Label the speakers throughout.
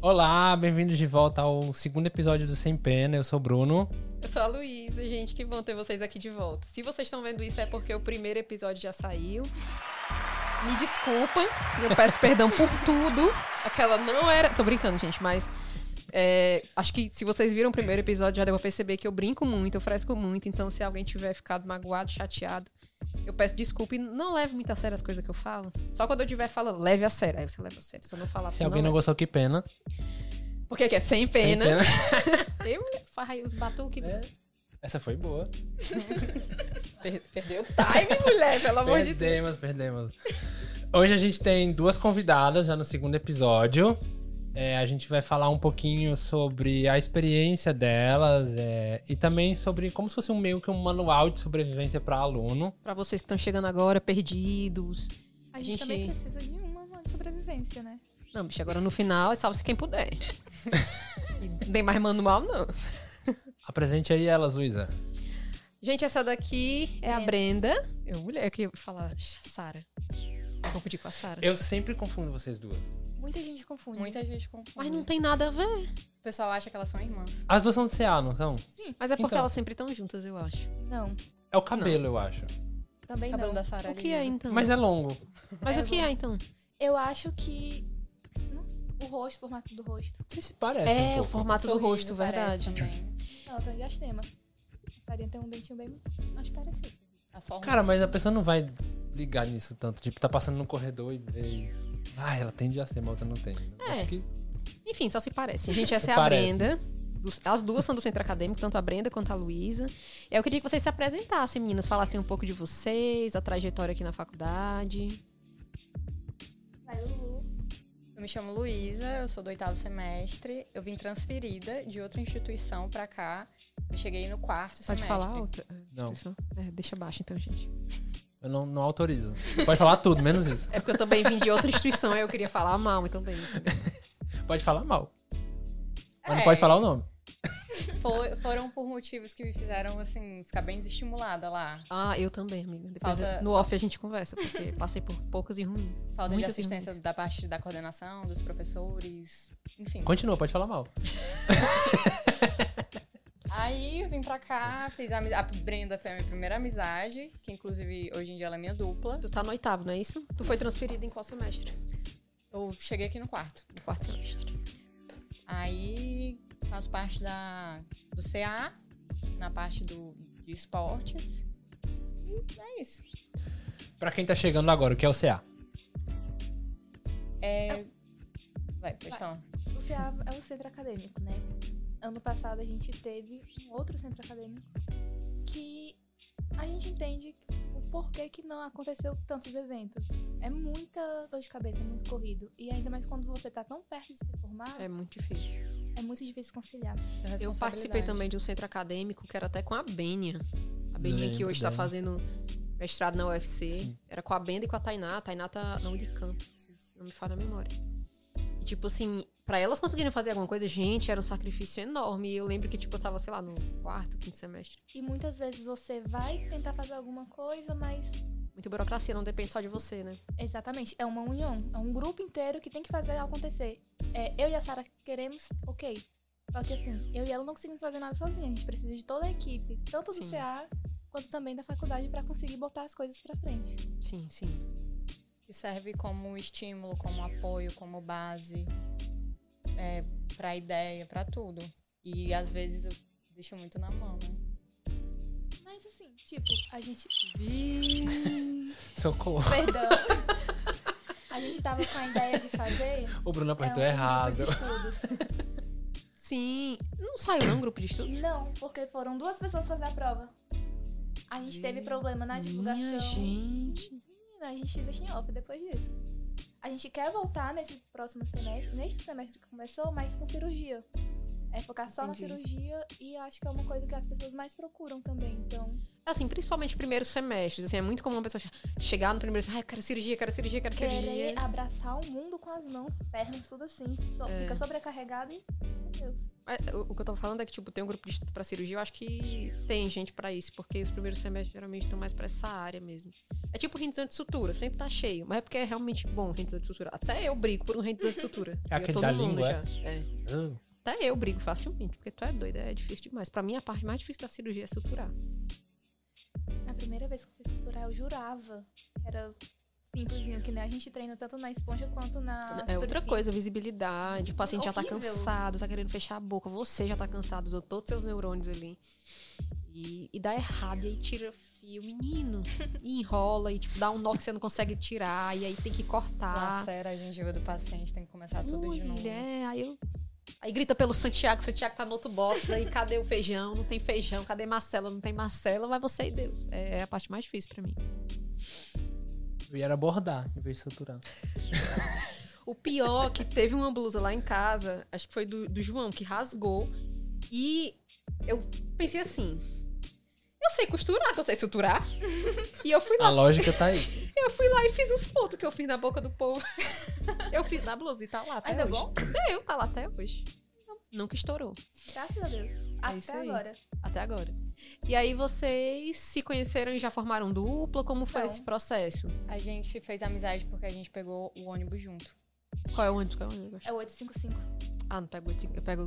Speaker 1: Olá, bem-vindos de volta ao segundo episódio do Sem Pena. Eu sou o Bruno.
Speaker 2: Eu sou É a Luísa, gente, que bom ter vocês aqui de volta. Se vocês estão vendo isso é porque o primeiro episódio já saiu. Me desculpem, eu peço perdão por tudo. Aquela não era. Tô brincando, gente, mas. é, acho que se vocês viram o primeiro episódio, já deu pra perceber que eu brinco muito, eu fresco muito. Então, se alguém tiver ficado magoado, chateado, eu peço desculpa e não leve muito a sério as coisas que eu falo. Só quando eu tiver falando, leve a sério. Aí você leva a sério. Se eu não falar,
Speaker 1: Se
Speaker 2: você
Speaker 1: alguém não
Speaker 2: leva.
Speaker 1: gostou, que pena.
Speaker 2: Porque aqui é sem
Speaker 1: Sem
Speaker 2: pena. Eu farrei os batuques.
Speaker 1: É. Essa foi boa.
Speaker 2: Per- Perdeu o time, mulher, pelo amor de
Speaker 1: Perdemos,
Speaker 2: Deus.
Speaker 1: perdemos. Hoje a gente tem duas convidadas já no segundo episódio. É, a gente vai falar um pouquinho sobre a experiência delas é, e também sobre como se fosse um meio que um manual de sobrevivência para aluno.
Speaker 2: Pra vocês que estão chegando agora, perdidos.
Speaker 3: A gente,
Speaker 2: Gente.
Speaker 3: também precisa de uma de sobrevivência, né?
Speaker 2: Não, bicho, agora no final é salve-se quem puder. E não tem mais manual, não.
Speaker 1: Apresente aí elas, Luísa.
Speaker 2: Gente, essa daqui é a Brenda. Eu, mulher, eu queria falar Sara. Eu Confundi com a Sara.
Speaker 1: Eu sempre confundo vocês duas.
Speaker 3: Muita gente confunde.
Speaker 4: Muita gente confunde.
Speaker 2: Mas não tem nada a ver.
Speaker 4: O pessoal acha que elas são irmãs.
Speaker 1: As duas são do CA, não são?
Speaker 2: Mas é porque
Speaker 1: Então.
Speaker 2: elas sempre estão juntas, eu acho.
Speaker 3: Não,
Speaker 1: É o cabelo, eu acho.
Speaker 3: também
Speaker 4: Cabelo
Speaker 3: não.
Speaker 4: da né? Sara.
Speaker 2: O que é, então?
Speaker 1: Mas é longo.
Speaker 2: Mas
Speaker 3: É,
Speaker 2: o que é, então?
Speaker 3: Eu acho que não sei, o rosto, o formato do rosto.
Speaker 1: Não sei se parece um
Speaker 2: É, o
Speaker 1: pouco.
Speaker 2: formato do rosto, verdade.
Speaker 3: Não, eu tô em gastema. Faria ter um dentinho bem mais parecido.
Speaker 4: A forma
Speaker 1: Cara, mas a pessoa não vai ligar nisso tanto. Tipo, tá passando no corredor e vê. Ah, ela tem diastema, a outra não tem.
Speaker 2: É.
Speaker 1: Acho que
Speaker 2: Enfim, só se parece. Gente, essa é a
Speaker 1: Parece.
Speaker 2: Brenda. Dos- As duas são do centro acadêmico, tanto a Brenda quanto a Luísa. Eu queria que vocês se apresentassem, meninas, falassem um pouco de vocês, a trajetória aqui na faculdade.
Speaker 3: Vai, Lulu.
Speaker 4: Eu me chamo Luísa, eu sou do oitavo semestre. Eu vim transferida de outra instituição pra cá. Eu cheguei no
Speaker 2: Pode
Speaker 4: quarto semestre.
Speaker 2: falar outra?
Speaker 1: Não.
Speaker 2: instituição? É, deixa baixo então, gente.
Speaker 1: eu não, não autorizo. Pode falar tudo, menos isso.
Speaker 2: É porque eu também vim de outra instituição, aí eu queria falar mal, então bem.
Speaker 1: Pode falar mal. Mas não
Speaker 4: É.
Speaker 1: pode falar o nome.
Speaker 4: Foi- foram por motivos que me fizeram, assim, ficar bem desestimulada lá.
Speaker 2: Ah, eu também, amiga. Depois
Speaker 4: Falta-
Speaker 2: eu- no off a gente conversa, porque passei por poucas e ruins.
Speaker 4: Falta
Speaker 2: Muitas e
Speaker 4: de assistência
Speaker 2: ruins.
Speaker 4: da parte da coordenação, dos professores, enfim.
Speaker 1: Continua, pode falar mal.
Speaker 4: Aí eu vim pra cá, fiz a, ami- a Brenda foi a minha primeira amizade, que inclusive hoje em dia ela é minha dupla.
Speaker 2: Tu tá no oitavo, não é isso? Tu foi transferida em qual semestre?
Speaker 4: Eu cheguei aqui no quarto.
Speaker 2: No quarto semestre.
Speaker 4: Aí faço parte da, do CA, na parte do, de esportes. E é isso.
Speaker 1: Pra quem tá chegando agora, o que é o CA?
Speaker 4: É... Vai, pode
Speaker 3: Vai.
Speaker 4: falar.
Speaker 3: O CA é o centro acadêmico, né? Ano passado a gente teve um outro centro acadêmico que a gente entende o porquê que não aconteceu tantos eventos. É muita dor de cabeça, é muito corrido. E ainda mais quando você tá tão perto de se formar,
Speaker 2: É muito difícil.
Speaker 3: é muito difícil conciliar.
Speaker 2: Eu participei também de um centro acadêmico que era até com a Bênia. A Bênia que
Speaker 1: Lembro
Speaker 2: hoje está
Speaker 1: dela.
Speaker 2: fazendo mestrado na UFC.
Speaker 1: Sim.
Speaker 2: Era com a Benda e com a Tainá. A Tainá tá na Unicamp. Não me falha a memória. E, tipo assim, pra elas conseguirem fazer alguma coisa, gente, era um sacrifício enorme. E eu lembro que, tipo, eu tava, sei lá, no quarto, quinto semestre.
Speaker 3: E muitas vezes você vai tentar fazer alguma coisa, mas
Speaker 2: Muita burocracia, não depende só de você, né?
Speaker 3: Exatamente, é uma união, é um grupo inteiro que tem que fazer acontecer. É, eu e a Sara queremos, ok. Só que assim, eu e ela não conseguimos fazer nada sozinha, a gente precisa de toda a equipe, tanto do
Speaker 2: Sim.
Speaker 3: CA quanto também da faculdade pra conseguir botar as coisas pra frente.
Speaker 2: Sim, sim.
Speaker 4: Que serve como estímulo, como apoio, como base, é, pra ideia, pra tudo. E às vezes eu deixo muito na mão, né?
Speaker 3: Mas assim, tipo, a gente.
Speaker 1: Socorro.
Speaker 3: Perdão. a gente tava com a ideia de fazer.
Speaker 1: O Bruno
Speaker 3: é, um
Speaker 1: apertou
Speaker 3: grupo de
Speaker 1: errado.
Speaker 3: estudos.
Speaker 2: Sim. Não saiu, não, um grupo de estudos?
Speaker 3: Não, porque foram duas pessoas fazer a prova. A gente teve problema na divulgação.
Speaker 2: Minha gente.
Speaker 3: Não, a gente deixa em off depois disso. A gente quer voltar nesse próximo semestre, neste semestre que começou, mas com cirurgia. É focar só
Speaker 2: Entendi.
Speaker 3: na cirurgia e eu acho que é uma coisa que as pessoas mais procuram também. Então,
Speaker 2: Assim, principalmente primeiros semestres, assim, é muito comum a pessoa che- chegar no primeiro semestre, ah, eu quero cirurgia, quero cirurgia, quero
Speaker 3: querer
Speaker 2: cirurgia.
Speaker 3: abraçar o mundo com as mãos, pernas, tudo assim. só- Fica sobrecarregado e. Meu Deus.
Speaker 2: Mas o- O que eu tô falando é que, tipo, tem um grupo de estudo pra cirurgia, eu acho que tem gente pra isso, porque os primeiros semestres geralmente estão mais pra essa área mesmo. É tipo rendizão de sutura, sempre tá cheio, mas é porque é realmente bom o rendizão de sutura. Até eu brigo por um rendizão de sutura.
Speaker 1: É
Speaker 2: Eu
Speaker 1: aquele
Speaker 2: tô
Speaker 1: da
Speaker 2: no nono
Speaker 1: língua, é?
Speaker 2: já. É. Até eu brigo facilmente, porque tu é doida, é difícil demais. Pra mim, a parte mais difícil da cirurgia é suturar.
Speaker 3: A primeira vez que eu fui suturar, eu jurava que era simplesinho, que né, a gente treina tanto na esponja quanto na.
Speaker 4: Ah,
Speaker 2: é outra
Speaker 4: assim.
Speaker 3: suturicina.
Speaker 2: coisa, visibilidade. O paciente já tá
Speaker 3: Horrível.
Speaker 2: cansado, tá querendo fechar a boca. Você já tá cansado, usou todos os seus neurônios ali. E, e dá errado, e aí tira fio, menino. E enrola, e tipo, dá um nó que você não consegue tirar, e aí tem que cortar.
Speaker 4: Lacera a gengiva do paciente, tem que começar tudo de novo.
Speaker 2: Mulher, aí eu. Aí grita pelo Santiago, Santiago tá no outro box, aí cadê o feijão? Não tem feijão, cadê Marcela? Não tem Marcela, vai você e Deus. É a parte mais difícil pra mim.
Speaker 1: Eu ia abordar em vez de saturar.
Speaker 2: O pior é que teve uma blusa lá em casa, acho que foi do, do João, que rasgou. E eu pensei assim. Eu sei costurar, que eu sei suturar. E eu fui
Speaker 1: A
Speaker 2: lá,
Speaker 1: lógica tá aí.
Speaker 2: eu fui lá e fiz os pontos que eu fiz na boca do povo. Eu fiz na blusa e tá lá até
Speaker 3: Ainda
Speaker 2: hoje.
Speaker 3: bom?
Speaker 2: Deu, tá lá até hoje. Nunca estourou.
Speaker 3: Graças a Deus.
Speaker 2: isso
Speaker 3: Até
Speaker 2: aí.
Speaker 3: agora.
Speaker 2: Até agora. E aí vocês se conheceram e já formaram dupla? Como foi
Speaker 3: Não.
Speaker 2: esse processo?
Speaker 4: A gente fez amizade porque a gente pegou o ônibus junto.
Speaker 2: Qual é o ônibus? Qual é o ônibus?
Speaker 3: É o 855.
Speaker 2: Ah, não pego o eu pego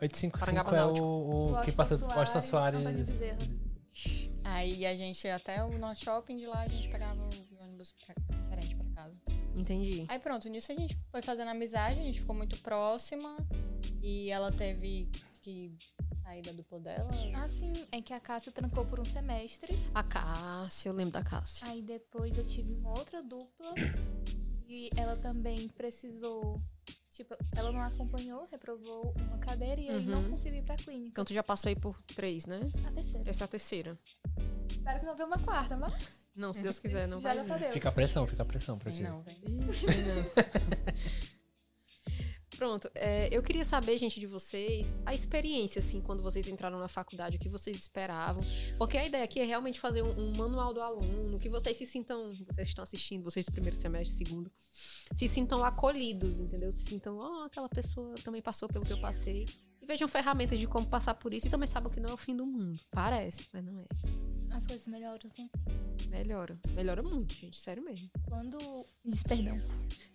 Speaker 1: 855
Speaker 2: Parangaba
Speaker 1: é
Speaker 2: Náutico.
Speaker 1: o, o que
Speaker 3: Washington
Speaker 1: passa do Costa
Speaker 3: Antônio
Speaker 1: Soares.
Speaker 3: Bezerra.
Speaker 4: Aí a gente ia até o North Shopping de lá, a gente pegava o ônibus pra, diferente pra casa.
Speaker 2: Entendi.
Speaker 4: Aí pronto, nisso a gente foi fazendo amizade, a gente ficou muito próxima. E ela teve que sair da dupla dela.
Speaker 3: Ah, sim. É que a Cássia trancou por um semestre.
Speaker 2: A Cássia, eu lembro da Cássia.
Speaker 3: Aí depois eu tive uma outra dupla. E ela também precisou. Tipo, ela não acompanhou, reprovou uma cadeira e aí
Speaker 2: Uhum.
Speaker 3: não conseguiu ir pra clínica.
Speaker 2: Então tu já passou aí por três, né?
Speaker 3: A terceira.
Speaker 2: Essa é a terceira. é
Speaker 3: Espero que não venha uma quarta, mas
Speaker 2: Não, se Deus quiser, não vai.
Speaker 3: joga pra Deus.
Speaker 1: Fica a pressão, fica a pressão pra
Speaker 4: Vem
Speaker 1: ti.
Speaker 4: não, vem.
Speaker 2: Ixi, não. Pronto, é, eu queria saber, gente, de vocês, a experiência, assim, quando vocês entraram na faculdade, o que vocês esperavam. Porque a ideia aqui é realmente fazer um, um manual do aluno, que vocês se sintam, vocês estão assistindo, vocês do primeiro semestre, segundo, se sintam acolhidos, entendeu? Se sintam, ó, aquela pessoa também passou pelo que eu passei. E vejam ferramentas de como passar por isso e também saibam que não é o fim do mundo. Parece, mas não é.
Speaker 3: As coisas melhoram com o tempo.
Speaker 2: Melhora. Melhora muito, gente. Sério mesmo.
Speaker 3: Quando. Diz perdão.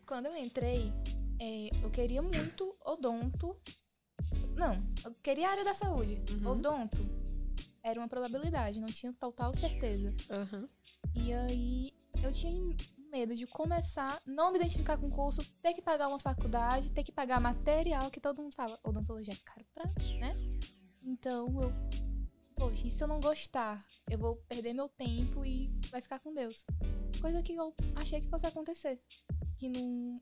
Speaker 3: Quando eu entrei, é, eu queria muito odonto. Não, eu queria a área da saúde.
Speaker 2: Uhum.
Speaker 3: Odonto era uma probabilidade, não tinha total certeza. E aí eu tinha um medo de começar, não me identificar com o curso, ter que pagar uma faculdade, ter que pagar material, que todo mundo fala, odontologia é caro pra, né? Então eu, poxa, e se eu não gostar? Eu vou perder meu tempo e vai ficar com Deus. Coisa que eu achei que fosse acontecer. Que não.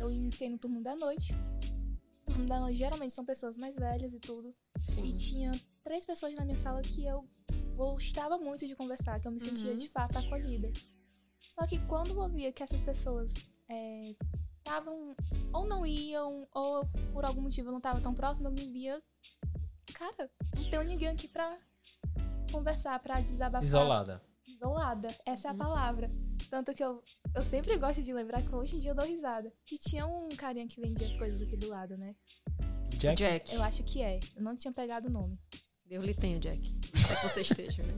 Speaker 3: Eu iniciei no turno da noite. O turno da noite geralmente são pessoas mais velhas e tudo. E
Speaker 2: Sim.
Speaker 3: tinha três pessoas na minha sala que eu gostava muito de conversar, que eu me sentia
Speaker 2: Uhum.
Speaker 3: de fato acolhida. Só que quando eu via que essas pessoas estavam ou não iam, ou eu, por algum motivo eu não estava tão próxima, eu me via, cara, não tenho ninguém aqui pra conversar, pra desabafar.
Speaker 1: Isolada.
Speaker 3: Isolada, essa é a
Speaker 2: Uhum.
Speaker 3: palavra. Tanto que eu, eu sempre gosto de lembrar que hoje em dia eu dou risada. Que tinha um carinha que vendia as coisas aqui do lado, né?
Speaker 1: Jack,
Speaker 2: Jack.
Speaker 3: Eu acho que é. Eu não tinha pegado o nome.
Speaker 2: Deus lhe tenha, Jack. Onde é que você esteja. né?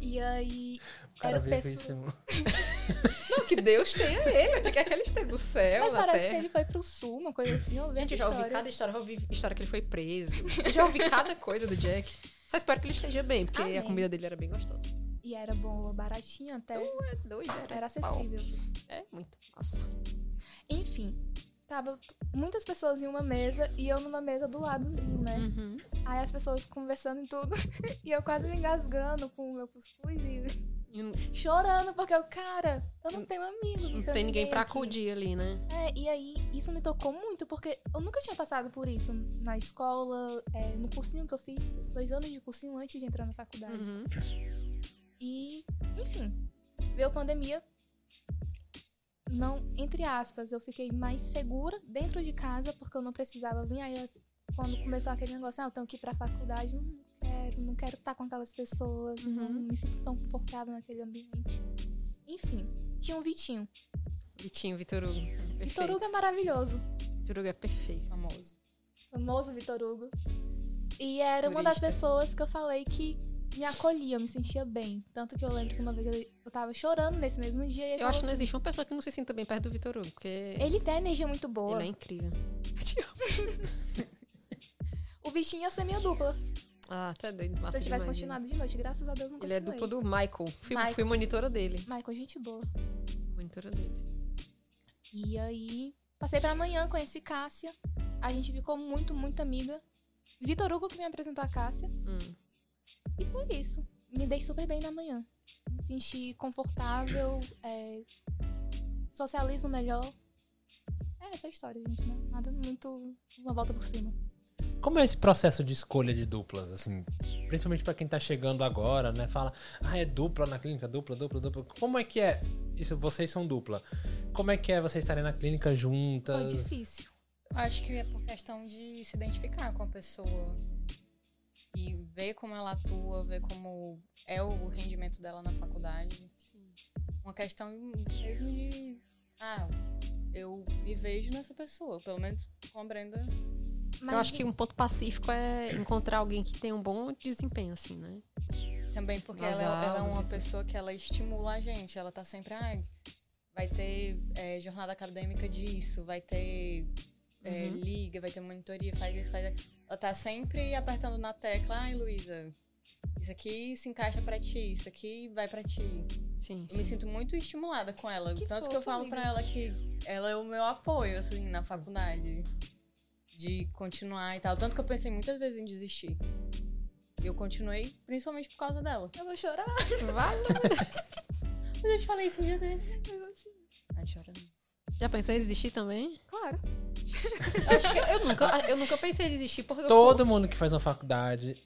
Speaker 3: E aí.
Speaker 1: o cara
Speaker 3: era
Speaker 1: veio com
Speaker 3: pessoa-
Speaker 1: isso.
Speaker 2: Não, que Deus tenha ele. Onde quer que ele esteja? Do céu,
Speaker 3: Mas
Speaker 2: da
Speaker 3: parece
Speaker 2: terra.
Speaker 3: que ele foi pro sul, uma coisa assim. Eu vi
Speaker 2: Gente, eu
Speaker 3: essa
Speaker 2: já ouvi
Speaker 3: história.
Speaker 2: cada história. Eu já ouvi história que ele foi preso. Eu já ouvi cada coisa do Jack. Só espero que ele esteja bem, porque a
Speaker 3: Amém.
Speaker 2: comida dele era bem gostosa.
Speaker 3: E era bom, baratinho até.
Speaker 2: É doido, era.
Speaker 3: Era acessível.
Speaker 2: É muito massa.
Speaker 3: Enfim, tava t- muitas pessoas em uma mesa e eu numa mesa do ladozinho, né?
Speaker 2: Uhum.
Speaker 3: Aí as pessoas conversando e tudo. e eu quase me engasgando com o meu cuscuz e
Speaker 2: E não-
Speaker 3: chorando, porque eu, cara, eu não tenho amigos.
Speaker 2: Não tem ninguém pra
Speaker 3: Então aqui.
Speaker 2: acudir ali, né?
Speaker 3: É, e aí isso me tocou muito, porque eu nunca tinha passado por isso na escola, é, no cursinho que eu fiz, dois anos de cursinho antes de entrar na faculdade.
Speaker 2: Uhum.
Speaker 3: E, enfim, veio a pandemia. Não, entre aspas, eu fiquei mais segura dentro de casa porque eu não precisava vir aí as- quando começou aquele negócio, ah, eu tenho que ir pra faculdade, hum, não quero, não quero estar com aquelas pessoas, não
Speaker 2: Uhum.
Speaker 3: me sinto tão confortável naquele ambiente. Enfim, tinha um Vitinho.
Speaker 2: Vitinho, Vitor Hugo. Perfeito.
Speaker 3: Vitor Hugo é maravilhoso.
Speaker 2: Vitor Hugo é perfeito.
Speaker 4: Famoso.
Speaker 3: famoso Vitor Hugo. E era uma das
Speaker 2: Turista.
Speaker 3: pessoas que eu falei que me acolhia, eu me sentia bem. Tanto que eu lembro que uma vez eu- eu tava chorando nesse mesmo dia. E ele
Speaker 2: Eu acho que não
Speaker 3: falou
Speaker 2: existe uma pessoa que não se sinta bem perto do Vitor Hugo, porque
Speaker 3: assim, Ele tem energia muito boa.
Speaker 2: ele é incrível. é
Speaker 3: O Vitinho ia ser minha dupla.
Speaker 2: Ah, tá doido.
Speaker 3: se
Speaker 2: Massa
Speaker 3: eu tivesse
Speaker 2: demais, né?
Speaker 3: continuado de noite, graças a Deus não
Speaker 2: Ele
Speaker 3: continuei.
Speaker 2: é dupla do Michael. Fui,
Speaker 3: Michael.
Speaker 2: fui monitora dele.
Speaker 3: Michael, gente boa.
Speaker 2: Monitora dele.
Speaker 3: E aí, passei pra amanhã, conheci Cássia. A gente ficou muito, muito amiga. Vitor Hugo que me apresentou a Cássia.
Speaker 2: Hum.
Speaker 3: E foi isso. Me dei super bem na manhã. Me senti confortável, é, socializo melhor. É essa a história, gente. Não, nada muito. Uma volta por cima.
Speaker 1: Como é esse processo de escolha de duplas, assim? Principalmente pra quem tá chegando agora, né? Fala, ah, é dupla na clínica, dupla, dupla, dupla. Como é que é? Isso, vocês são dupla. Como é que é vocês estarem na clínica juntas?
Speaker 2: Tá.
Speaker 3: Foi difícil.
Speaker 4: Eu Acho que é por questão de se identificar com a pessoa e ver como ela atua, ver como é o rendimento dela na faculdade. Uma questão mesmo de, ah, eu me vejo nessa pessoa, pelo menos com a Brenda.
Speaker 3: Mas
Speaker 2: eu acho que um ponto pacífico é encontrar alguém que tem um bom desempenho, assim, né?
Speaker 4: Também porque
Speaker 2: Nas
Speaker 4: ela, é- ela é
Speaker 2: aulas e
Speaker 4: uma
Speaker 2: tudo.
Speaker 4: pessoa que ela estimula a gente, ela tá sempre, ah, vai ter eh, jornada acadêmica disso, vai ter eh,
Speaker 2: Uhum.
Speaker 4: liga, vai ter monitoria, faz isso, faz aquilo. Ela tá sempre apertando na tecla, ai, Luísa, isso aqui se encaixa pra ti, isso aqui vai pra ti.
Speaker 2: Sim,
Speaker 4: Eu me
Speaker 2: sim.
Speaker 4: sinto muito estimulada com ela,
Speaker 3: Que
Speaker 4: tanto que eu
Speaker 3: fofa,
Speaker 4: falo
Speaker 3: amiga.
Speaker 4: pra ela que ela é o meu apoio, assim, na faculdade. De continuar e tal. Tanto que eu pensei muitas vezes em desistir. E eu continuei, principalmente por causa dela.
Speaker 3: Eu vou chorar.
Speaker 2: Vale.
Speaker 4: Mas eu te falei isso um dia desse. Ah, chora.
Speaker 2: Já pensou em desistir também?
Speaker 3: Claro.
Speaker 2: Eu acho que eu nunca, eu nunca pensei em desistir porque eu-
Speaker 1: Todo mundo que faz uma faculdade,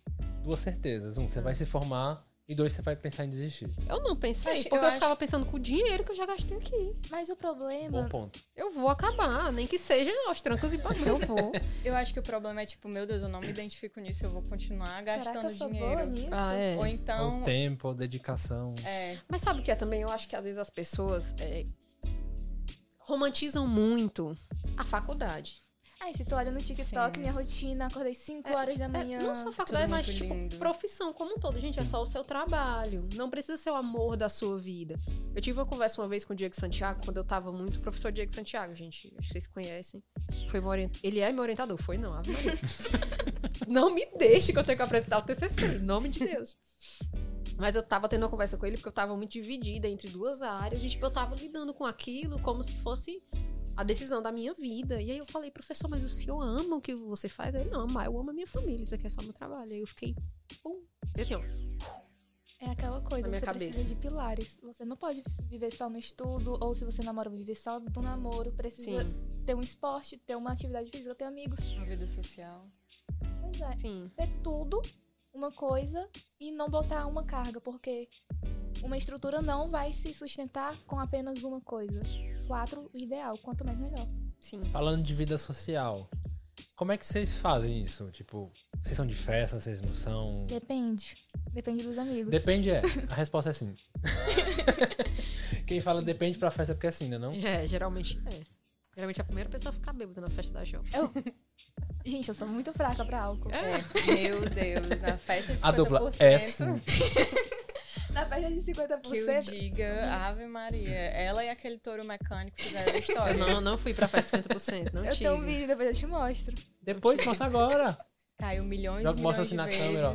Speaker 1: duas certezas. Um, você vai se formar. E dois, você vai pensar em desistir.
Speaker 2: eu não pensei,
Speaker 4: Acho-
Speaker 2: porque eu,
Speaker 4: eu acho-
Speaker 2: ficava pensando com o dinheiro que eu já gastei aqui.
Speaker 3: Mas o
Speaker 1: Bom
Speaker 3: problema.
Speaker 1: ponto.
Speaker 2: Eu vou acabar, nem que seja aos trancos e barulhos, eu vou.
Speaker 4: Eu acho que o problema é, tipo, meu Deus, eu não me identifico nisso, eu vou continuar
Speaker 3: Será que
Speaker 4: gastando
Speaker 3: eu sou boa
Speaker 4: dinheiro.
Speaker 3: nisso?
Speaker 2: Ah, é.
Speaker 4: Ou
Speaker 1: O
Speaker 4: então.
Speaker 1: tempo, a dedicação.
Speaker 4: É,
Speaker 2: Mas sabe o que é também? Eu acho que às vezes as pessoas é, romantizam muito a faculdade.
Speaker 3: Ai, se tu olha no TikTok,
Speaker 4: Sim.
Speaker 3: minha rotina, acordei 5 horas da
Speaker 2: É,
Speaker 3: manhã.
Speaker 2: não só a faculdade, mas
Speaker 4: muito
Speaker 2: tipo,
Speaker 4: lindo.
Speaker 2: profissão como um todo. Gente, é só o seu trabalho. Não precisa ser o amor da sua vida. Eu tive uma conversa uma vez com o Diego Santiago, quando eu tava muito. Professor Diego Santiago, gente, acho que vocês conhecem. Foi meu orien- Ele é meu orientador, foi não. Ave Maria. não me deixe que eu tenho que apresentar o TCC, em nome de Deus. Mas eu tava tendo uma conversa com ele porque eu tava muito dividida entre duas áreas e, tipo, eu tava lidando com aquilo como se fosse a decisão da minha vida. E aí eu falei, professor, mas o senhor ama o que você faz? Ele, não, ama, eu amo a minha família, isso aqui é só meu trabalho. Aí eu fiquei, pum, e assim, ó.
Speaker 3: É aquela coisa,
Speaker 2: Na minha
Speaker 3: você precisa
Speaker 2: cabeça.
Speaker 3: de pilares. Você não pode viver só no estudo, ou se você namora, viver só do namoro. Precisa
Speaker 2: Sim,
Speaker 3: ter um esporte, ter uma atividade física, ter amigos.
Speaker 4: uma vida social.
Speaker 3: Pois é,
Speaker 2: sim.
Speaker 3: ter tudo, uma coisa, e não botar uma carga, porque uma estrutura não vai se sustentar com apenas uma coisa. Quatro, o ideal, quanto mais melhor.
Speaker 2: Sim.
Speaker 1: Falando de vida social, como é que vocês fazem isso? Tipo, vocês são de festa, vocês não são?
Speaker 3: Depende. Depende dos amigos.
Speaker 1: Depende é. A resposta é sim. Quem fala depende pra festa é porque é assim, né não?
Speaker 2: É, geralmente é. Geralmente a primeira pessoa a ficar bêbada nas festas da jovem.
Speaker 3: Gente, eu sou muito fraca pra álcool.
Speaker 4: É. Meu Deus, na festa de 50%.
Speaker 1: A dupla é sim.
Speaker 3: Na festa de
Speaker 4: Que eu
Speaker 3: 50%.
Speaker 4: diga, Ave Maria. Ela e aquele touro mecânico fizeram a história.
Speaker 2: Eu não, não fui pra festa 50%, não
Speaker 3: Eu
Speaker 2: tive.
Speaker 3: tenho um vídeo, depois eu te mostro.
Speaker 1: Depois, mostra agora.
Speaker 4: Caiu milhões e
Speaker 1: Joga-
Speaker 4: milhões
Speaker 1: mostra
Speaker 4: de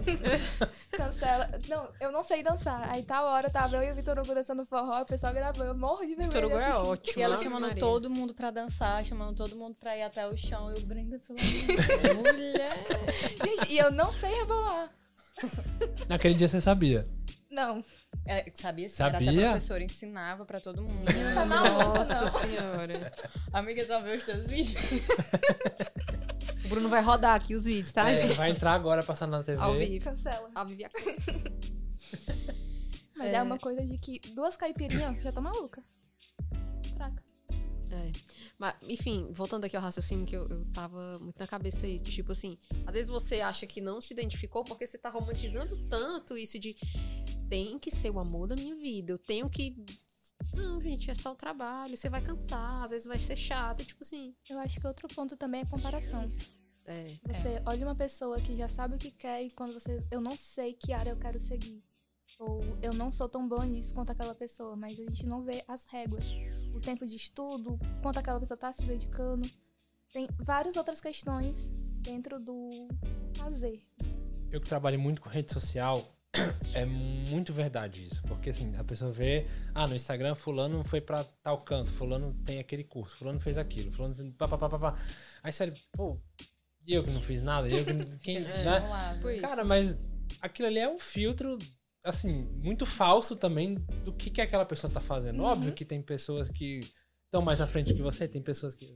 Speaker 1: assim
Speaker 4: vezes.
Speaker 1: na
Speaker 3: Cancela. Não, eu não sei dançar. Aí tal hora tava eu e o Vitor Hugo dançando forró, o pessoal gravou. Eu morro de vergonha.
Speaker 2: Vitor Hugo
Speaker 3: de
Speaker 2: é
Speaker 3: assistir.
Speaker 2: ótimo.
Speaker 4: E ela
Speaker 2: Ave
Speaker 4: chamando
Speaker 2: Maria.
Speaker 4: todo mundo pra dançar, chamando todo mundo pra ir até o chão. Eu, Brenda, pelo amor de Deus.
Speaker 3: Gente, e eu não sei rebolar.
Speaker 1: Naquele dia você sabia.
Speaker 3: Não.
Speaker 4: Ela É, sabia sim, era
Speaker 1: Sabia?
Speaker 4: até professora, ensinava pra todo mundo.
Speaker 3: Tá maluco,
Speaker 2: Nossa
Speaker 3: não.
Speaker 2: senhora.
Speaker 4: Amiga, só vê os teus vídeos.
Speaker 2: O Bruno vai rodar aqui os vídeos, tá,
Speaker 1: É,
Speaker 2: gente?
Speaker 1: vai entrar agora, passar na TV.
Speaker 2: Ao vivo.
Speaker 3: Cancela.
Speaker 2: A Vivi
Speaker 3: Mas é.
Speaker 2: É.
Speaker 3: uma coisa de que duas caipirinhas já tá maluca. Fraca.
Speaker 2: É, É. Mas, enfim, voltando aqui ao raciocínio que eu, eu tava muito na cabeça aí, tipo assim, às vezes você acha que não se identificou porque você tá romantizando tanto isso de tem que ser o amor da minha vida, eu tenho que. Não, gente, é só o trabalho, você vai cansar, às vezes vai ser chato, e tipo assim.
Speaker 3: Eu acho que outro ponto também é comparação.
Speaker 2: É.
Speaker 3: Você olha uma pessoa que já sabe o que quer e quando você. Eu não sei que área eu quero seguir. Ou eu não sou tão bom nisso quanto aquela pessoa, mas a gente não vê as réguas. O tempo de estudo, quanto aquela pessoa tá se dedicando. Tem várias outras questões dentro do fazer.
Speaker 1: eu que trabalho muito com rede social, é muito verdade isso. Porque assim, a pessoa vê, ah, no Instagram fulano foi pra tal canto, fulano tem aquele curso, fulano fez aquilo, fulano fez pá, pá, pá, pá, pá. Aí sério, pô, e eu que não fiz nada, eu que não-
Speaker 2: É.
Speaker 1: quem, né?
Speaker 4: Desregulado.
Speaker 2: Por isso.
Speaker 1: Cara, mas aquilo ali é um filtro, assim, muito falso também do que, que aquela pessoa tá fazendo.
Speaker 2: Uhum.
Speaker 1: Óbvio que tem pessoas que estão mais à frente que você, tem pessoas que.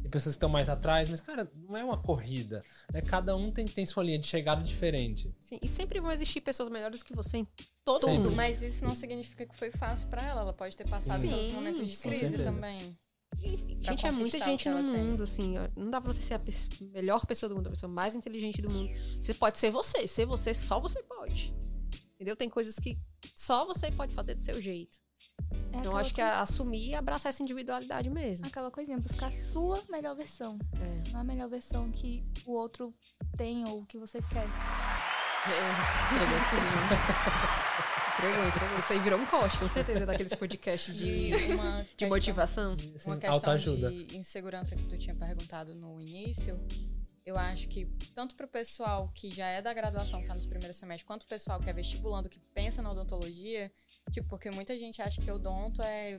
Speaker 1: Tem pessoas que estão mais atrás, mas, cara, não é uma corrida. Né? Cada um tem, tem sua linha de chegada diferente.
Speaker 2: Sim, e sempre vão existir pessoas melhores que você em todo
Speaker 1: Sempre.
Speaker 4: Tudo,
Speaker 2: mundo.
Speaker 4: mas isso não significa que foi fácil pra ela. Ela pode ter passado
Speaker 2: Sim.
Speaker 4: pelos momentos de
Speaker 2: Sim,
Speaker 1: com
Speaker 4: crise
Speaker 1: certeza.
Speaker 4: também. pra
Speaker 2: Gente, é muita
Speaker 4: conquistar o
Speaker 2: gente
Speaker 4: que
Speaker 2: no
Speaker 4: ela tem.
Speaker 2: mundo, assim. ó, Não dá pra você ser a pes- melhor pessoa do mundo, a pessoa mais inteligente do mundo. Você pode ser você. Ser você, só você pode. Entendeu? Tem coisas que só você pode fazer do seu jeito.
Speaker 3: É
Speaker 2: então,
Speaker 3: aquela
Speaker 2: acho que
Speaker 3: coisa-
Speaker 2: é assumir e abraçar essa individualidade mesmo.
Speaker 3: Aquela coisinha, buscar a sua melhor versão.
Speaker 4: Ah.
Speaker 2: É.
Speaker 3: Não a melhor versão que o outro tem ou que você quer.
Speaker 2: Entregou tudo, né? É. Entregou, entregou. Isso aí virou um corte, com certeza, daqueles podcasts de,
Speaker 4: De uma
Speaker 2: de
Speaker 4: questão-
Speaker 2: motivação.
Speaker 4: Uma
Speaker 1: Assim,
Speaker 4: questão
Speaker 1: autoajuda.
Speaker 4: de insegurança que tu tinha perguntado no início. Eu acho que tanto pro pessoal que já é da graduação, que tá nos primeiros semestres, quanto o pessoal que é vestibulando, que pensa na odontologia, tipo, porque muita gente acha que odonto é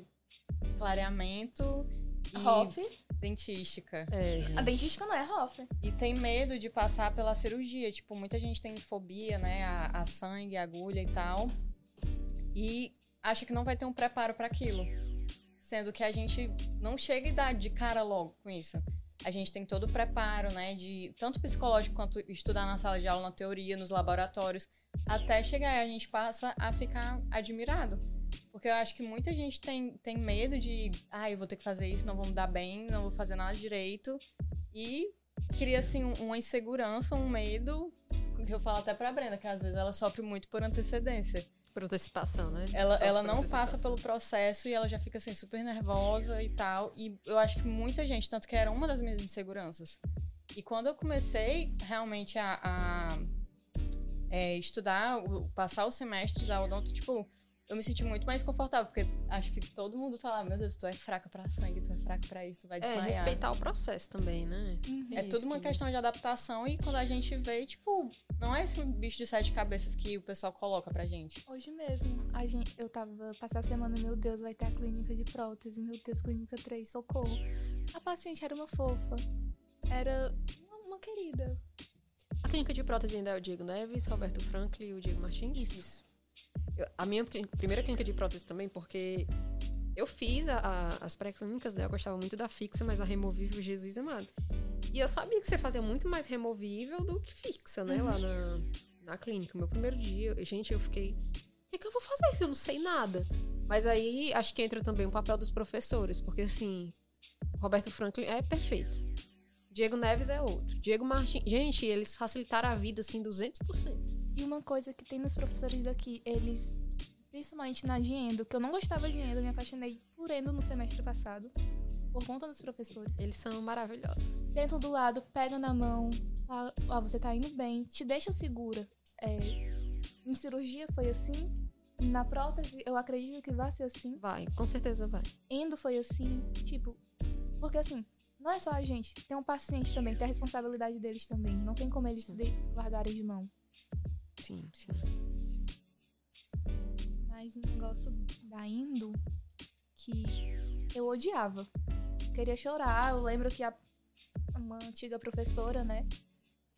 Speaker 4: clareamento e
Speaker 3: Hoff.
Speaker 4: dentística.
Speaker 2: É, gente.
Speaker 3: A dentística não é Hoff.
Speaker 4: E tem medo de passar pela cirurgia. Tipo, muita gente tem fobia, né? A, a sangue, a agulha e tal. E acha que não vai ter um preparo para aquilo. Sendo que a gente não chega e dá de cara logo com isso. A gente tem todo o preparo, né? De tanto psicológico quanto estudar na sala de aula, na teoria, nos laboratórios. Até chegar e a gente passa a ficar admirado. Porque eu acho que muita gente tem, tem medo de, ah, eu vou ter que fazer isso, não vou me dar bem, não vou fazer nada direito. E cria assim um- uma insegurança, um medo, que eu falo até pra Brenda, que às vezes ela sofre muito por antecedência.
Speaker 2: Por antecipação, né?
Speaker 4: Ela,
Speaker 2: Só
Speaker 4: ela
Speaker 2: por
Speaker 4: não
Speaker 2: antecipação.
Speaker 4: passa pelo processo e ela já fica assim super nervosa e tal. E eu acho que muita gente, tanto que era uma das minhas inseguranças. E quando eu comecei realmente a, a, é, estudar, o- passar os semestres da Odonto, tipo, eu me senti muito mais confortável, porque acho que todo mundo fala, meu Deus, tu é fraca pra sangue, tu é fraca pra isso, tu vai
Speaker 2: É,
Speaker 4: desmaiar.
Speaker 2: respeitar o processo também, né?
Speaker 4: É tudo
Speaker 2: Isso,
Speaker 4: uma
Speaker 2: né?
Speaker 4: questão de adaptação e quando a gente vê, tipo, não é esse bicho de sete cabeças que o pessoal coloca pra gente.
Speaker 3: Hoje mesmo, a gente, eu tava passar a semana, meu Deus, vai ter a clínica de prótese, meu Deus, clínica 3, socorro. A paciente era uma fofa. Era uma, uma querida.
Speaker 2: A clínica de prótese ainda é o Diego Neves, Roberto Franklin e o Diego Martins?
Speaker 3: Isso.
Speaker 2: Eu- a minha clí- primeira clínica de prótese também, porque eu fiz a- a- as pré-clínicas, né? Eu gostava muito da fixa, mas a removível, Jesus amado. E eu sabia que você fazia muito mais removível do que fixa, né? Lá na, na clínica. Meu primeiro dia, eu- gente, eu fiquei... O que, que eu vou fazer se eu não sei nada? Mas aí, acho que entra também o papel dos professores, porque assim... Roberto Franklin é perfeito. Diego Neves é outro. Diego Martins. Gente, eles facilitaram a vida, assim, 200%.
Speaker 3: E uma coisa que tem nos professores daqui, eles, principalmente na de Endo, que eu não gostava de Endo, me apaixonei por Endo no semestre passado, por conta dos professores.
Speaker 2: Eles são maravilhosos.
Speaker 3: sentam do lado, pegam na mão, falam, ó, você tá indo bem, te deixam segura. É, em cirurgia foi assim, na prótese eu acredito que vai ser assim,
Speaker 2: Vai, com certeza vai.
Speaker 3: indo foi assim, tipo, porque assim, não é só a gente, tem um paciente também, tem a responsabilidade deles também, não tem como eles
Speaker 2: Sim.
Speaker 3: de, largarem de mão.
Speaker 2: Sim, sim.
Speaker 3: Mas o negócio da indo que eu odiava. Queria chorar. Eu lembro que a, uma antiga professora, né,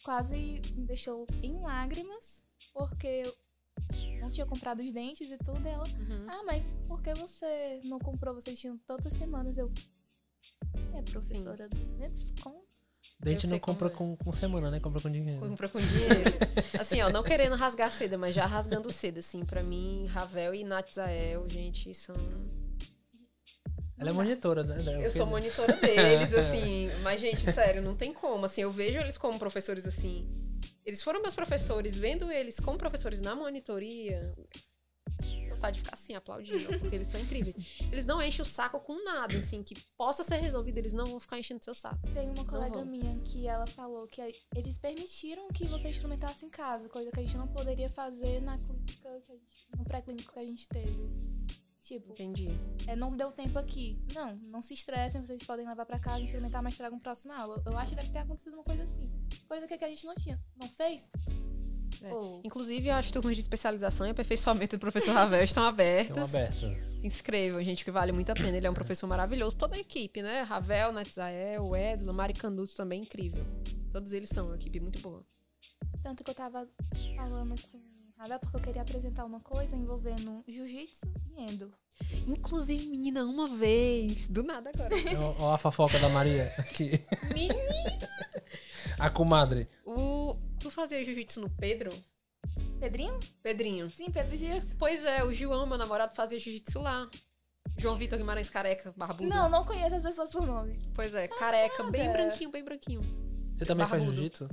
Speaker 3: quase me deixou em lágrimas porque eu não tinha comprado os dentes e tudo. E ela,
Speaker 2: Uhum.
Speaker 3: ah, mas por que você não comprou? Vocês tinham tantas semanas. Eu, é, professora, 200 conto.
Speaker 1: Dente
Speaker 2: Eu
Speaker 1: não
Speaker 2: sei como
Speaker 1: compra
Speaker 2: é.
Speaker 1: com, com semana, né? Compra com dinheiro.
Speaker 2: Compra com dinheiro. assim, ó, não querendo rasgar cedo, mas já rasgando cedo, assim. Pra mim, Ravel e Natzael, gente, são
Speaker 1: Ela é monitora, né? Débora?
Speaker 2: Eu sou monitora deles, assim. Mas, gente, sério, não tem como. Assim, eu vejo eles como professores, assim. Eles foram meus professores, vendo eles como professores na monitoria. Vontade de ficar assim, aplaudindo, porque eles são incríveis. Eles não enchem o saco com nada, assim, que possa ser resolvido, eles não vão ficar enchendo seu saco.
Speaker 3: Tem uma colega
Speaker 2: vamos.
Speaker 3: minha que ela falou que aí eles permitiram que você instrumentasse em casa, coisa que a gente não poderia fazer na clínica, que a gente- no pré-clínico que a gente teve. Tipo,
Speaker 2: Entendi.
Speaker 3: é, não deu tempo aqui. Não, não se estressem, vocês podem levar pra casa, instrumentar, mas tragam próxima aula. Eu acho que deve ter acontecido uma coisa assim. Coisa que a gente não tinha, não fez.
Speaker 2: É.
Speaker 3: Ou-
Speaker 2: Inclusive, as turmas de especialização e aperfeiçoamento do professor Ravel estão
Speaker 1: Estão
Speaker 2: abertas.
Speaker 1: abertas.
Speaker 2: Se inscrevam, gente, que vale muito a pena. Ele é um professor maravilhoso. Toda a equipe, né? Ravel, Natzael, Edla, Mari Canuto também, incrível. Todos eles são uma equipe muito boa.
Speaker 3: Tanto que eu tava falando com o Ravel porque eu queria apresentar uma coisa envolvendo jiu-jitsu e endo.
Speaker 2: Inclusive, menina, uma vez. Do nada agora.
Speaker 1: Ó, ó a fofoca da Maria aqui.
Speaker 2: Menina!
Speaker 1: A comadre.
Speaker 2: O... Tu fazia jiu-jitsu no Pedro?
Speaker 3: Pedrinho?
Speaker 2: Pedrinho.
Speaker 3: Sim, Pedro Dias.
Speaker 2: Pois é, o João, meu namorado, fazia jiu-jitsu lá. João Vitor Guimarães Careca, barbudo.
Speaker 3: Não, não conheço as pessoas por nome.
Speaker 2: Pois é, careca, bem
Speaker 3: Passada.
Speaker 2: branquinho, bem branquinho.
Speaker 1: Você também faz
Speaker 2: Barbudo.
Speaker 1: jiu-jitsu?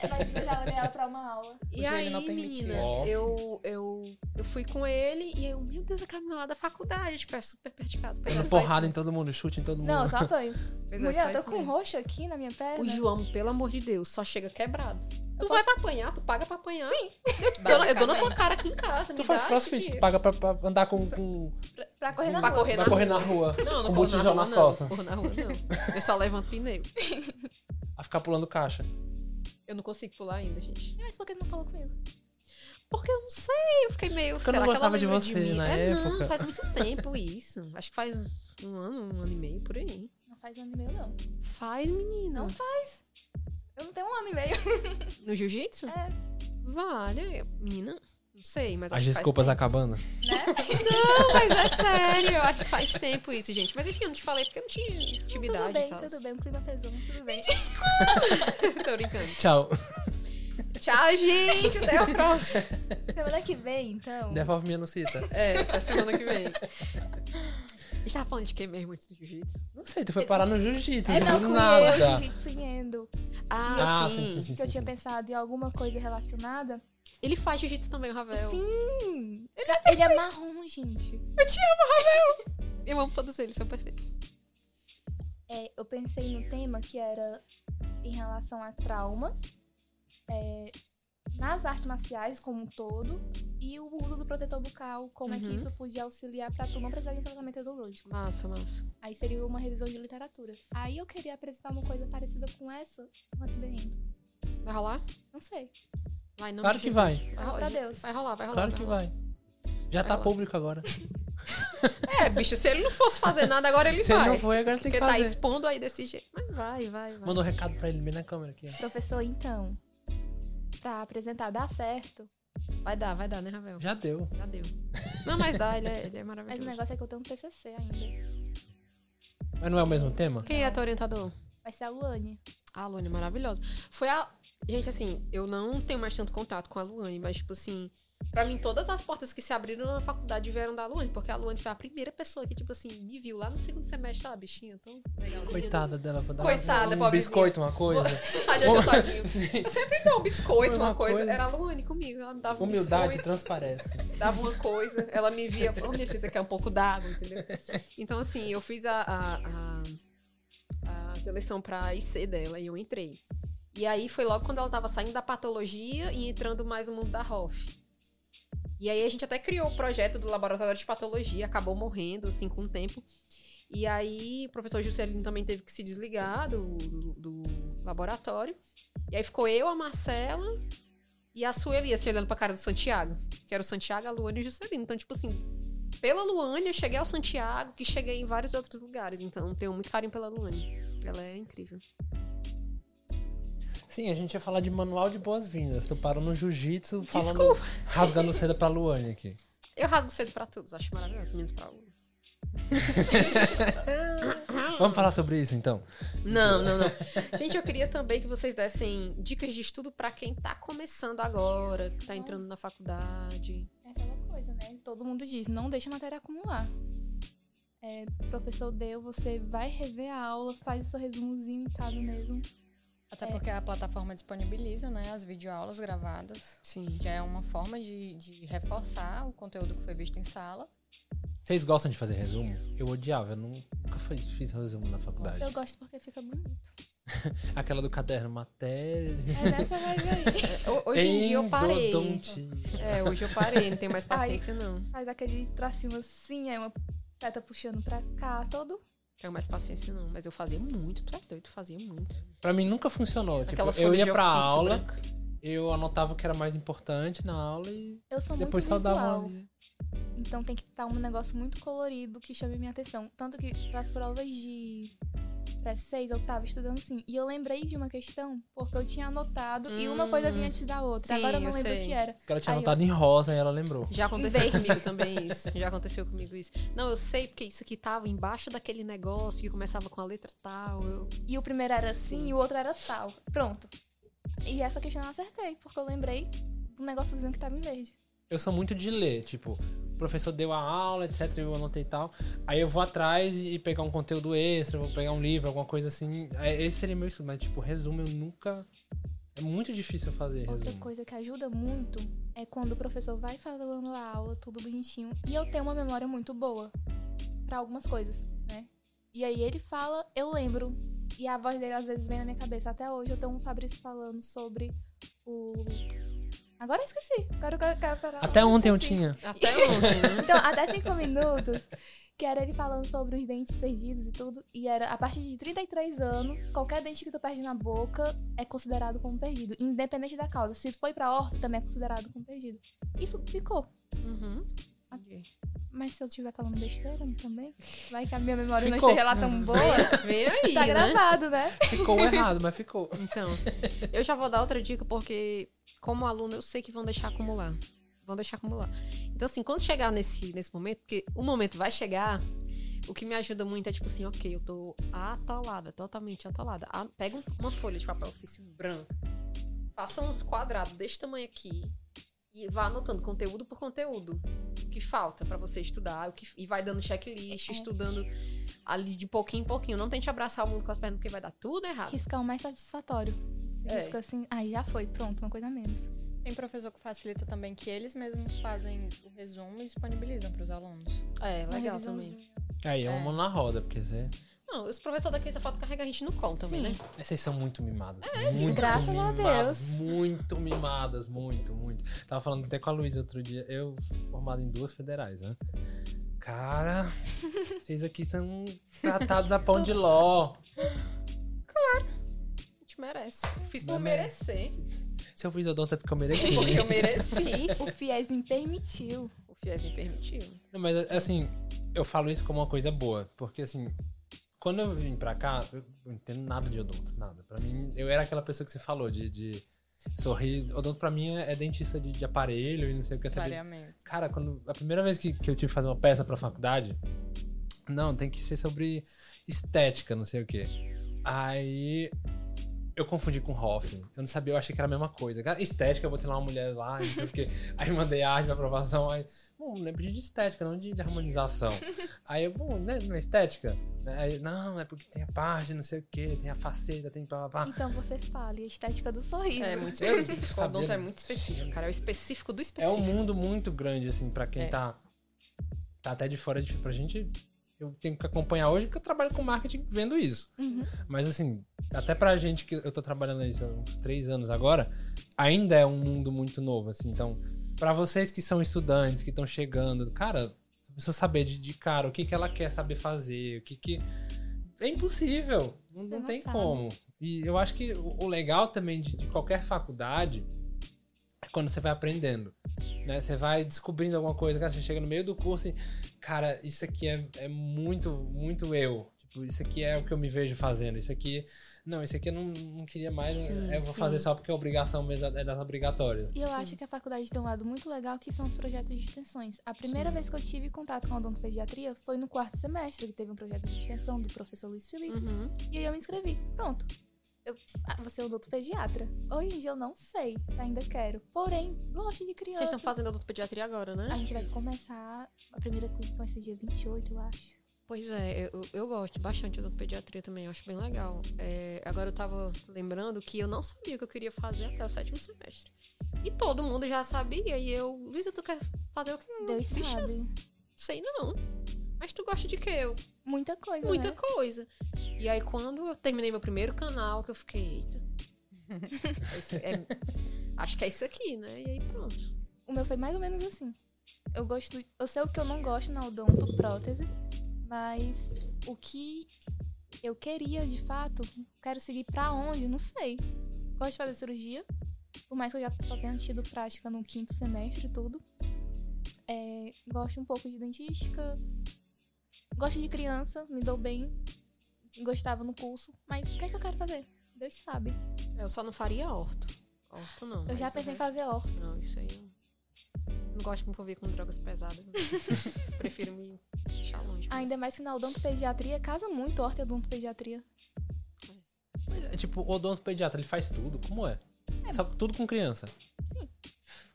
Speaker 3: É, Mas eu já levei ela pra uma aula.
Speaker 2: E
Speaker 4: joelho
Speaker 2: aí,
Speaker 4: não permitia.
Speaker 2: menina,
Speaker 1: Ó.
Speaker 2: eu, eu, eu fui com ele e eu, meu Deus, eu caminho lá da faculdade, tipo, é super perto de casa. Pois é,
Speaker 1: Dando
Speaker 2: só
Speaker 1: porrada em
Speaker 2: isso
Speaker 1: todo mundo, chute em todo mundo.
Speaker 3: Não, eu só apanho.
Speaker 2: mesmo. Pois é,
Speaker 3: Mulher,
Speaker 2: só
Speaker 3: eu
Speaker 2: isso
Speaker 3: tô com um
Speaker 2: mesmo.
Speaker 3: roxo aqui na minha perna.
Speaker 2: O João, pelo amor de Deus, só chega quebrado. tu
Speaker 3: posso-
Speaker 2: vai pra apanhar, tu paga pra apanhar. Sim. Eu, eu dou na tua cara aqui em casa,
Speaker 1: Tu
Speaker 2: me
Speaker 1: faz
Speaker 2: dá
Speaker 1: crossfit,
Speaker 2: esse
Speaker 1: tu paga pra, pra andar com, com,
Speaker 3: Pra, pra correr na
Speaker 2: Pra
Speaker 3: rua.
Speaker 2: correr na
Speaker 1: pra correr na
Speaker 2: rua.
Speaker 1: rua.
Speaker 2: Não, eu não
Speaker 1: com
Speaker 2: corro na
Speaker 1: botijão
Speaker 2: rua,
Speaker 1: nas
Speaker 2: não.
Speaker 1: costas.
Speaker 2: Corro na rua, não. Eu só levanto pneu.
Speaker 1: A ficar pulando caixa.
Speaker 2: Eu não consigo pular ainda, gente.
Speaker 3: Mas por que ele não falou comigo?
Speaker 2: Porque eu não sei, eu fiquei meio.
Speaker 1: Porque eu
Speaker 2: será
Speaker 1: não
Speaker 2: que ela
Speaker 1: gostava de
Speaker 2: lembra
Speaker 1: você
Speaker 2: mim?
Speaker 1: na
Speaker 2: é,
Speaker 1: época.
Speaker 2: Não, faz muito tempo isso. Acho que faz uns- um ano, um ano e meio, por aí.
Speaker 3: Não faz um ano e meio, não.
Speaker 2: Faz, menina.
Speaker 3: Não Eu não tenho um ano e meio.
Speaker 2: No jiu-jitsu?
Speaker 3: É,
Speaker 2: Vale, menina. Não sei, mas
Speaker 1: As
Speaker 2: acho que
Speaker 1: desculpas
Speaker 2: faz
Speaker 1: acabando.
Speaker 3: né?
Speaker 2: tempo. Não, mas é sério. Eu acho que faz tempo isso, gente. Mas enfim, eu não te falei porque eu não tinha intimidade
Speaker 3: tudo bem,
Speaker 2: e tal.
Speaker 3: tudo bem. O clima pesou, mas tudo bem.
Speaker 2: Tô brincando.
Speaker 1: Tchau.
Speaker 2: Tchau, gente. Até a próxima.
Speaker 3: Semana que vem, então.
Speaker 1: Devolve minha nucita.
Speaker 2: É, até semana que vem. A gente tava falando de quem mesmo antes do jiu-jitsu?
Speaker 1: Não sei, tu foi parar no jiu-jitsu,
Speaker 3: É,
Speaker 1: do
Speaker 3: não, com eu,
Speaker 1: nada.
Speaker 3: jiu-jitsu e endo.
Speaker 2: Ah,
Speaker 1: Ah,
Speaker 2: sim.
Speaker 1: sim, sim, sim.
Speaker 3: Que eu tinha pensado em alguma coisa relacionada.
Speaker 2: Ele faz jiu-jitsu também, o Ravel.
Speaker 3: Sim! Ele é marrom, gente.
Speaker 2: Eu amo todos eles, são perfeitos.
Speaker 3: É, eu pensei no tema que era em relação a traumas, é, nas artes marciais como um todo, e o uso do protetor bucal, como é que
Speaker 2: Uhum.
Speaker 3: isso podia auxiliar pra tu não precisar de um tratamento odontológico.
Speaker 2: Massa, massa.
Speaker 3: Aí seria uma revisão de literatura. Aí eu queria apresentar uma coisa parecida com essa no SBN.
Speaker 2: Vai rolar?
Speaker 3: Não sei.
Speaker 2: Vai, não
Speaker 1: Claro que vai.
Speaker 3: Ah, pra Deus.
Speaker 2: Vai rolar, vai rolar.
Speaker 1: Claro que
Speaker 2: rolar.
Speaker 1: vai. Já
Speaker 2: Vai
Speaker 1: tá
Speaker 2: lá.
Speaker 1: público agora.
Speaker 2: É, bicho, se ele não fosse fazer nada, agora ele
Speaker 1: Se ele
Speaker 2: vai.
Speaker 1: não foi, agora tem
Speaker 2: Porque
Speaker 1: que
Speaker 2: tá
Speaker 1: fazer.
Speaker 2: expondo aí desse jeito. Mas vai, vai, vai.
Speaker 1: Manda um recado pra ele bem na câmera aqui. ó.
Speaker 3: Professor, então, pra apresentar dar certo,
Speaker 2: Vai dar, vai dar, né, Ravel?
Speaker 1: Já deu.
Speaker 2: Já deu. Não, mas dá, ele é, ele é
Speaker 3: mas
Speaker 2: maravilhoso.
Speaker 3: o negócio é que eu tenho um TCC ainda.
Speaker 1: Mas não é o mesmo tema?
Speaker 2: Quem é teu orientador?
Speaker 3: Vai ser a Luane.
Speaker 2: A Luane, é maravilhosa. Foi a. Gente, assim, eu não tenho mais tanto contato com a Luane, mas, tipo assim, pra mim, todas as portas que se abriram na faculdade vieram da Luane, porque a Luane foi a primeira pessoa que, tipo assim, me viu lá no segundo semestre, tá, bichinha? Tão legalzinha. Ah,
Speaker 1: Coitada dela, vou dar
Speaker 2: Coitada,
Speaker 1: um
Speaker 2: pobrezinha.
Speaker 1: biscoito, uma coisa.
Speaker 2: A Jojo tadinho.
Speaker 1: Sim.
Speaker 2: Eu sempre dou um biscoito,
Speaker 1: Uma
Speaker 2: uma, coisa.
Speaker 1: coisa.
Speaker 2: Era a Luane comigo, ela me dava um
Speaker 1: Humildade
Speaker 2: biscoito.
Speaker 1: transparece.
Speaker 2: dava uma coisa, ela me via, oh, minha filha, você quer um pouco d'água, entendeu? Então, assim, eu fiz a, a, a- a seleção pra IC dela e eu entrei. E aí foi logo quando ela tava saindo da patologia e entrando mais no mundo da Hoff. E aí a gente até criou o projeto do laboratório de patologia, acabou morrendo, assim, com o tempo. E aí o professor Juscelino também teve que se desligar do, do- do laboratório. E aí ficou eu, a Marcela e a Sueli, assim, olhando pra cara do Santiago que era o Santiago, a Luane e o Juscelino. Então, tipo assim, pela Luane eu cheguei ao Santiago, que cheguei em vários outros lugares. Então, tenho muito carinho pela Luane. Ela é incrível.
Speaker 1: Sim, a gente ia falar de manual de boas-vindas. Tu parou no jiu-jitsu falando.
Speaker 2: Desculpa.
Speaker 1: Rasgando seda pra Luane aqui.
Speaker 2: Eu rasgo cedo pra todos, acho maravilhoso, menos pra Luane. Ah.
Speaker 1: Vamos falar sobre isso então?
Speaker 2: Não, não, não. Gente, eu queria também que vocês dessem dicas de estudo pra quem tá começando agora, que tá entrando na faculdade.
Speaker 3: É aquela coisa, né? Todo mundo diz, não deixa a matéria acumular. é, o professor deu, você vai rever a aula, faz o seu resumozinho em casa mesmo.
Speaker 4: Até
Speaker 3: É.
Speaker 4: porque a plataforma disponibiliza, né, as videoaulas gravadas.
Speaker 2: Sim.
Speaker 4: Já é uma forma de, de reforçar o conteúdo que foi visto em sala.
Speaker 1: Vocês gostam de fazer resumo? Eu odiava, eu nu- nunca fiz, fiz resumo na faculdade.
Speaker 3: Eu gosto porque fica bonito.
Speaker 1: Aquela do caderno, matéria.
Speaker 3: É nessa vibe aí.
Speaker 1: É,
Speaker 2: Ho- Hoje em dia eu parei.
Speaker 1: endodontia.
Speaker 2: É, hoje eu parei, não tenho mais
Speaker 3: Ai.
Speaker 2: paciência, não.
Speaker 3: Faz aquele tracinho assim, aí uma seta puxando pra cá, todo.
Speaker 2: Tenho mais paciência, não. Mas eu fazia muito, tu é doido, fazia muito.
Speaker 1: Pra mim nunca funcionou. Tipo,
Speaker 2: Aquelas
Speaker 1: eu
Speaker 2: folhas
Speaker 1: ia
Speaker 2: de
Speaker 1: pra
Speaker 2: ofício né?
Speaker 1: aula,
Speaker 2: branca.
Speaker 1: eu anotava o que era mais importante na aula e
Speaker 3: Eu sou
Speaker 1: depois
Speaker 3: muito
Speaker 1: só dava
Speaker 3: visual.
Speaker 1: uma. lida.
Speaker 3: Então tem que estar um negócio muito colorido que chame minha atenção. Tanto que pras provas de pré seis eu tava estudando assim. E eu lembrei de uma questão, porque eu tinha anotado e uma
Speaker 2: Hum.
Speaker 3: coisa vinha antes da outra.
Speaker 2: Sim,
Speaker 3: Agora eu não
Speaker 2: eu
Speaker 3: lembro o
Speaker 2: sei.
Speaker 3: que era.
Speaker 1: Porque ela tinha
Speaker 3: Aí eu-
Speaker 1: anotado em rosa e ela lembrou.
Speaker 2: Já aconteceu
Speaker 3: Verde.
Speaker 2: comigo também isso. Já aconteceu comigo isso. Não, eu sei porque isso aqui tava embaixo daquele negócio que começava com a letra tal. Eu...
Speaker 3: E o primeiro era assim e o outro era tal. Pronto. E essa questão eu acertei, porque eu lembrei do negóciozinho que tava em verde.
Speaker 1: Eu sou muito de ler, tipo, o professor deu a aula, etc, eu anotei e tal. Aí eu vou atrás e pegar um conteúdo extra, vou pegar um livro, alguma coisa assim. Aí Esse seria meu estudo, mas tipo, resumo eu nunca... É muito difícil eu fazer
Speaker 3: Outra
Speaker 1: resumo.
Speaker 3: coisa que ajuda muito é quando o professor vai falando a aula, tudo bonitinho, e eu tenho uma memória muito boa pra algumas coisas, né? E aí ele fala, eu lembro. E a voz dele às vezes vem na minha cabeça. Até hoje eu tenho um Fabrício falando sobre o. Agora eu esqueci. Agora, eu quero- quero- quero-
Speaker 1: Até ontem eu
Speaker 3: esqueci.
Speaker 1: tinha.
Speaker 2: Até ontem, né?
Speaker 3: Então, até cinco minutos, que era ele falando sobre os dentes perdidos e tudo. E era a partir de 33 anos, qualquer dente que tu perde na boca é considerado como perdido, independente da causa. Se foi pra horta, também é considerado como perdido. Isso ficou.
Speaker 2: Uhum.
Speaker 3: Mas se eu estiver falando besteira né, também, vai que a minha memória
Speaker 1: Ficou.
Speaker 3: não esteja lá tão boa.
Speaker 2: Vem aí,
Speaker 3: Tá
Speaker 2: né?
Speaker 3: gravado, né?
Speaker 1: Ficou errado, mas ficou.
Speaker 2: Então, eu já vou dar outra dica, porque como aluna eu sei que vão deixar acumular. Vão deixar acumular. Então, assim, quando chegar nesse, nesse momento, porque o momento vai chegar, o que me ajuda muito é tipo assim, ok, eu tô atolada, totalmente atolada. Ah, pega um- uma folha de papel ofício branco, faça uns quadrados desse tamanho aqui e vá anotando conteúdo por conteúdo. O que falta pra você estudar, o que, e vai dando checklist,
Speaker 3: É.
Speaker 2: estudando ali de pouquinho em pouquinho. Não tente abraçar o mundo com as pernas, porque vai dar tudo errado.
Speaker 3: Riscar o mais satisfatório. Você
Speaker 2: É.
Speaker 3: risca assim, aí já foi, pronto, uma coisa a menos.
Speaker 4: Tem professor que facilita também, que eles mesmos fazem o resumo e disponibilizam para os alunos.
Speaker 2: É, legal
Speaker 3: Uma revisãozinha.
Speaker 2: também.
Speaker 1: Aí é uma
Speaker 4: É.
Speaker 1: mão na roda, porque você...
Speaker 2: Não, os professores daqui só falta carregar a gente no colo também,
Speaker 3: Sim.
Speaker 2: né?
Speaker 1: Vocês são muito mimados. muito
Speaker 3: É, graças a
Speaker 1: mimados,
Speaker 3: Deus.
Speaker 1: Muito mimadas, muito, muito. Tava falando até com a Luísa outro dia. Eu, formado em duas federais, né? Cara, vocês aqui são tratados a pão de ló.
Speaker 2: A gente merece. Fiz
Speaker 1: Não
Speaker 2: por
Speaker 1: merece.
Speaker 2: merecer.
Speaker 1: Se eu fiz odonto é porque eu mereci.
Speaker 2: Porque eu mereci.
Speaker 3: O Fiesin permitiu.
Speaker 2: O Fies me permitiu.
Speaker 1: Não, mas assim, eu falo isso como uma coisa boa, porque assim, quando eu vim pra cá, eu não entendo nada de odonto, nada. Pra mim, eu era aquela pessoa que você falou, de, de sorrir. Odonto pra mim é é dentista de, de aparelho e não sei o que. sabe?
Speaker 4: Clareamento.
Speaker 1: Cara, quando a primeira vez que, que eu tive que fazer uma peça pra faculdade, não, tem que ser sobre estética, não sei o quê. Aí eu confundi com Hoffman. Eu não sabia, eu achei que era a mesma coisa. Cara, estética, eu botei lá uma mulher lá, não sei o quê. Aí mandei arte pra aprovação. Aí, bom, lembro de estética, não de, de harmonização. Aí eu, bom, né, não é estética? Aí, não, é porque tem a parte, não sei o quê, tem a faceta, tem pá, pá, pá.
Speaker 3: Então você fala, e a estética do sorriso.
Speaker 2: É muito
Speaker 1: Eu
Speaker 2: específico. O
Speaker 1: sabia.
Speaker 2: odonto é muito específico, cara. É o específico do
Speaker 1: É um
Speaker 2: específico.
Speaker 1: mundo muito grande, assim, pra quem
Speaker 2: É.
Speaker 1: tá, tá até de fora. De, pra gente, eu tenho que acompanhar hoje porque eu trabalho com marketing vendo isso.
Speaker 3: Uhum.
Speaker 1: Mas, assim, até pra gente que eu tô trabalhando isso há uns três anos agora, ainda é um mundo muito novo, assim. Então, pra vocês que são estudantes, que estão chegando, cara, a pessoa saber de, de cara o que, que ela quer saber fazer, o que que... É impossível, não,
Speaker 3: Você
Speaker 1: não
Speaker 3: não
Speaker 1: tem
Speaker 3: sabe.
Speaker 1: como. E eu acho que o o legal também de- de qualquer faculdade é quando você vai aprendendo né? Você vai descobrindo alguma coisa, cara, você chega no meio do curso e, cara, isso aqui é, é muito, muito eu. Tipo, isso aqui é o que eu me vejo fazendo. Isso aqui, não, isso aqui eu não, não queria mais,
Speaker 2: Sim,
Speaker 1: eu vou
Speaker 2: sim.
Speaker 1: fazer só porque é obrigação mesmo, é das obrigatórias.
Speaker 3: E eu
Speaker 2: Sim.
Speaker 3: acho que a faculdade tem um lado muito legal que são os projetos de extensões. A primeira vez que eu tive contato com odontopediatria foi no quarto semestre, que teve um projeto de extensão do professor Luiz Felipe.
Speaker 2: Uhum.
Speaker 3: E aí eu me inscrevi. Pronto. Eu, ah, você é odontopediatra. Hoje em dia eu não sei se ainda quero. Porém, gosto de criança.
Speaker 2: Vocês estão fazendo adulto pediatria agora, né?
Speaker 3: A gente vai
Speaker 2: Isso.
Speaker 3: começar. A primeira clínica vai ser dia 28, eu acho.
Speaker 2: Pois é, eu, eu gosto bastante da pediatria também, eu acho bem legal. É, agora eu tava lembrando que eu não sabia o que eu queria fazer até o sétimo semestre. E todo mundo já sabia, e eu, Luísa, tu quer fazer o que?
Speaker 3: Deus
Speaker 2: Hum, Bicha,
Speaker 3: sabe.
Speaker 2: Sei não. Mas tu gosta de quê? Eu,
Speaker 3: Muita coisa,
Speaker 2: muita
Speaker 3: né?
Speaker 2: coisa. E aí, quando eu terminei meu primeiro canal, que eu fiquei, eita. esse é- acho que é isso aqui, né? E aí, pronto.
Speaker 3: O meu foi mais ou menos assim. Eu gosto, eu sei o que eu não gosto na odonto prótese, mas o que eu queria de fato, quero seguir pra onde, não sei. Gosto de fazer cirurgia, por mais que eu já só tenha tido prática no quinto semestre e tudo. É, gosto um pouco de dentística. Gosto de criança, me dou bem. Gostava no curso, mas o que é que eu quero fazer? Deus sabe.
Speaker 2: Eu só não faria horto. Horto não.
Speaker 3: Eu
Speaker 2: mas
Speaker 3: já
Speaker 2: o
Speaker 3: pensei em
Speaker 2: resto-
Speaker 3: fazer or.
Speaker 2: Não, isso aí. eu Não gosto de me envolver com drogas pesadas. não. Prefiro me deixar longe. mesmo.
Speaker 3: Ainda mais que na odontopediatria casa muito horta e odontopediatria.
Speaker 1: Mas, é, tipo, o odonto pediatra, ele faz tudo. Como é? Só tudo com criança.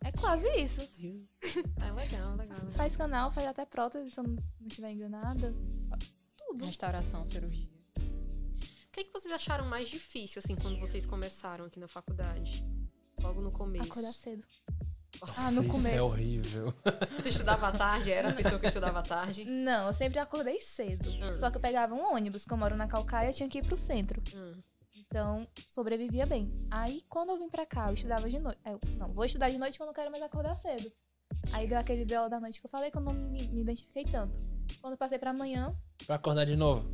Speaker 3: É quase isso.
Speaker 2: É legal, legal. legal.
Speaker 3: Faz canal, faz até prótese, se eu não não estiver enganada.
Speaker 4: Restauração, cirurgia.
Speaker 2: O que, é que vocês acharam mais difícil, assim, quando vocês começaram aqui na faculdade? Logo no começo.
Speaker 3: Acordar cedo.
Speaker 1: Nossa,
Speaker 2: Ah,
Speaker 3: no
Speaker 1: isso é
Speaker 3: começo.
Speaker 1: horrível.
Speaker 2: Tu estudava à tarde? Era a pessoa que estudava à tarde?
Speaker 3: Não, eu sempre acordei cedo.
Speaker 2: Hum.
Speaker 3: Só que eu pegava um ônibus, que eu moro na Calcaia, eu tinha que ir pro centro.
Speaker 2: Hum.
Speaker 3: Então, sobrevivia bem. Aí, quando eu vim pra cá, eu estudava de noite. Eu, não, vou estudar de noite que eu não quero mais acordar cedo. Aí deu aquele BO da noite que eu falei que eu não me, me identifiquei tanto. Quando eu passei pra amanhã,
Speaker 1: Pra acordar de novo.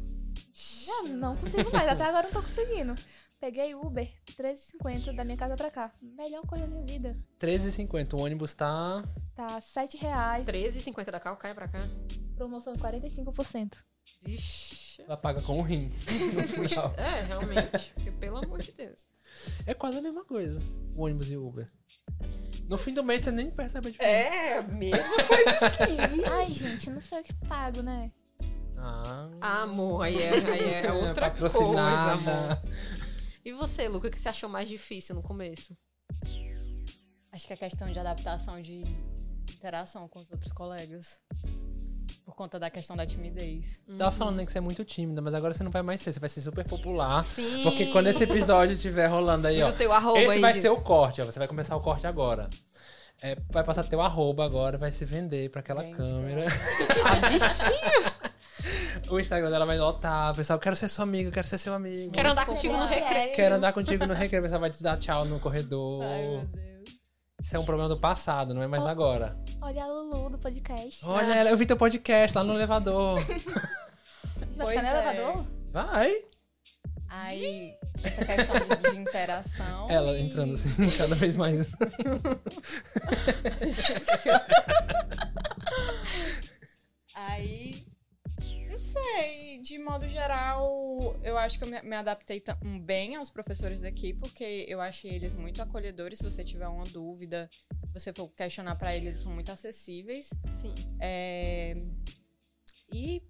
Speaker 3: já não consigo mais. Até agora eu não tô conseguindo. Peguei Uber, 13,50 da minha casa pra cá. Melhor coisa da minha vida.
Speaker 1: 13h50, o ônibus tá...
Speaker 3: Tá R$ 7 reais,
Speaker 2: 13,50 da Calcaia pra cá?
Speaker 3: promoção 45%.
Speaker 2: Vixe.
Speaker 1: Ela paga com o rim. No final.
Speaker 2: É, realmente. Porque, pelo amor de Deus.
Speaker 1: É quase a mesma coisa, o ônibus e o Uber. No fim do mês você nem percebe a diferença.
Speaker 2: É, mesma coisa sim.
Speaker 3: Ai, gente, não sei o que pago, né?
Speaker 1: Ah,
Speaker 2: Amor, aí é, aí é outra coisa, amor.
Speaker 1: patrocinada.
Speaker 2: E você, Luca, o que você achou mais difícil no começo?
Speaker 4: Acho que a questão de adaptação de interação com os outros colegas. Por conta da questão da timidez.
Speaker 1: Tava
Speaker 2: Uhum.
Speaker 1: falando né, que você é muito tímida, mas agora você não vai mais ser, você vai ser super popular.
Speaker 2: Sim.
Speaker 1: Ah, Porque quando esse episódio estiver rolando aí,
Speaker 2: Usa
Speaker 1: ó.
Speaker 2: o teu arroba
Speaker 1: Esse
Speaker 2: aí,
Speaker 1: vai
Speaker 2: diz.
Speaker 1: ser o corte, ó. Você vai começar o corte agora. É, vai passar teu arroba agora, vai se vender pra aquela
Speaker 4: Gente,
Speaker 1: câmera.
Speaker 2: Ah, bichinho.
Speaker 1: O Instagram dela vai lotar. Pessoal, quero ser seu amigo, quero ser seu amigo.
Speaker 2: Quero andar Tá contigo no recreio.
Speaker 1: Quero andar contigo no recreio, pessoal vai te dar tchau no corredor.
Speaker 4: Deus.
Speaker 1: Isso é um problema do passado, não é mais
Speaker 3: Oh.
Speaker 1: agora.
Speaker 3: Olha a Lulu do podcast.
Speaker 2: Tá.
Speaker 1: Olha, ela, eu vi teu podcast lá no elevador.
Speaker 3: A gente vai
Speaker 4: Pois
Speaker 3: ficar no
Speaker 4: é.
Speaker 3: elevador?
Speaker 1: Vai!
Speaker 4: Aí, essa questão de, de interação.
Speaker 1: Ela
Speaker 4: e-
Speaker 1: entrando assim, cada vez mais.
Speaker 4: Aí, não sei, de modo geral, eu acho que eu me- me adaptei tam- um bem aos professores daqui, porque eu achei eles muito acolhedores. Se você tiver uma dúvida, você for questionar pra eles, eles são muito acessíveis.
Speaker 2: Sim.
Speaker 4: É, E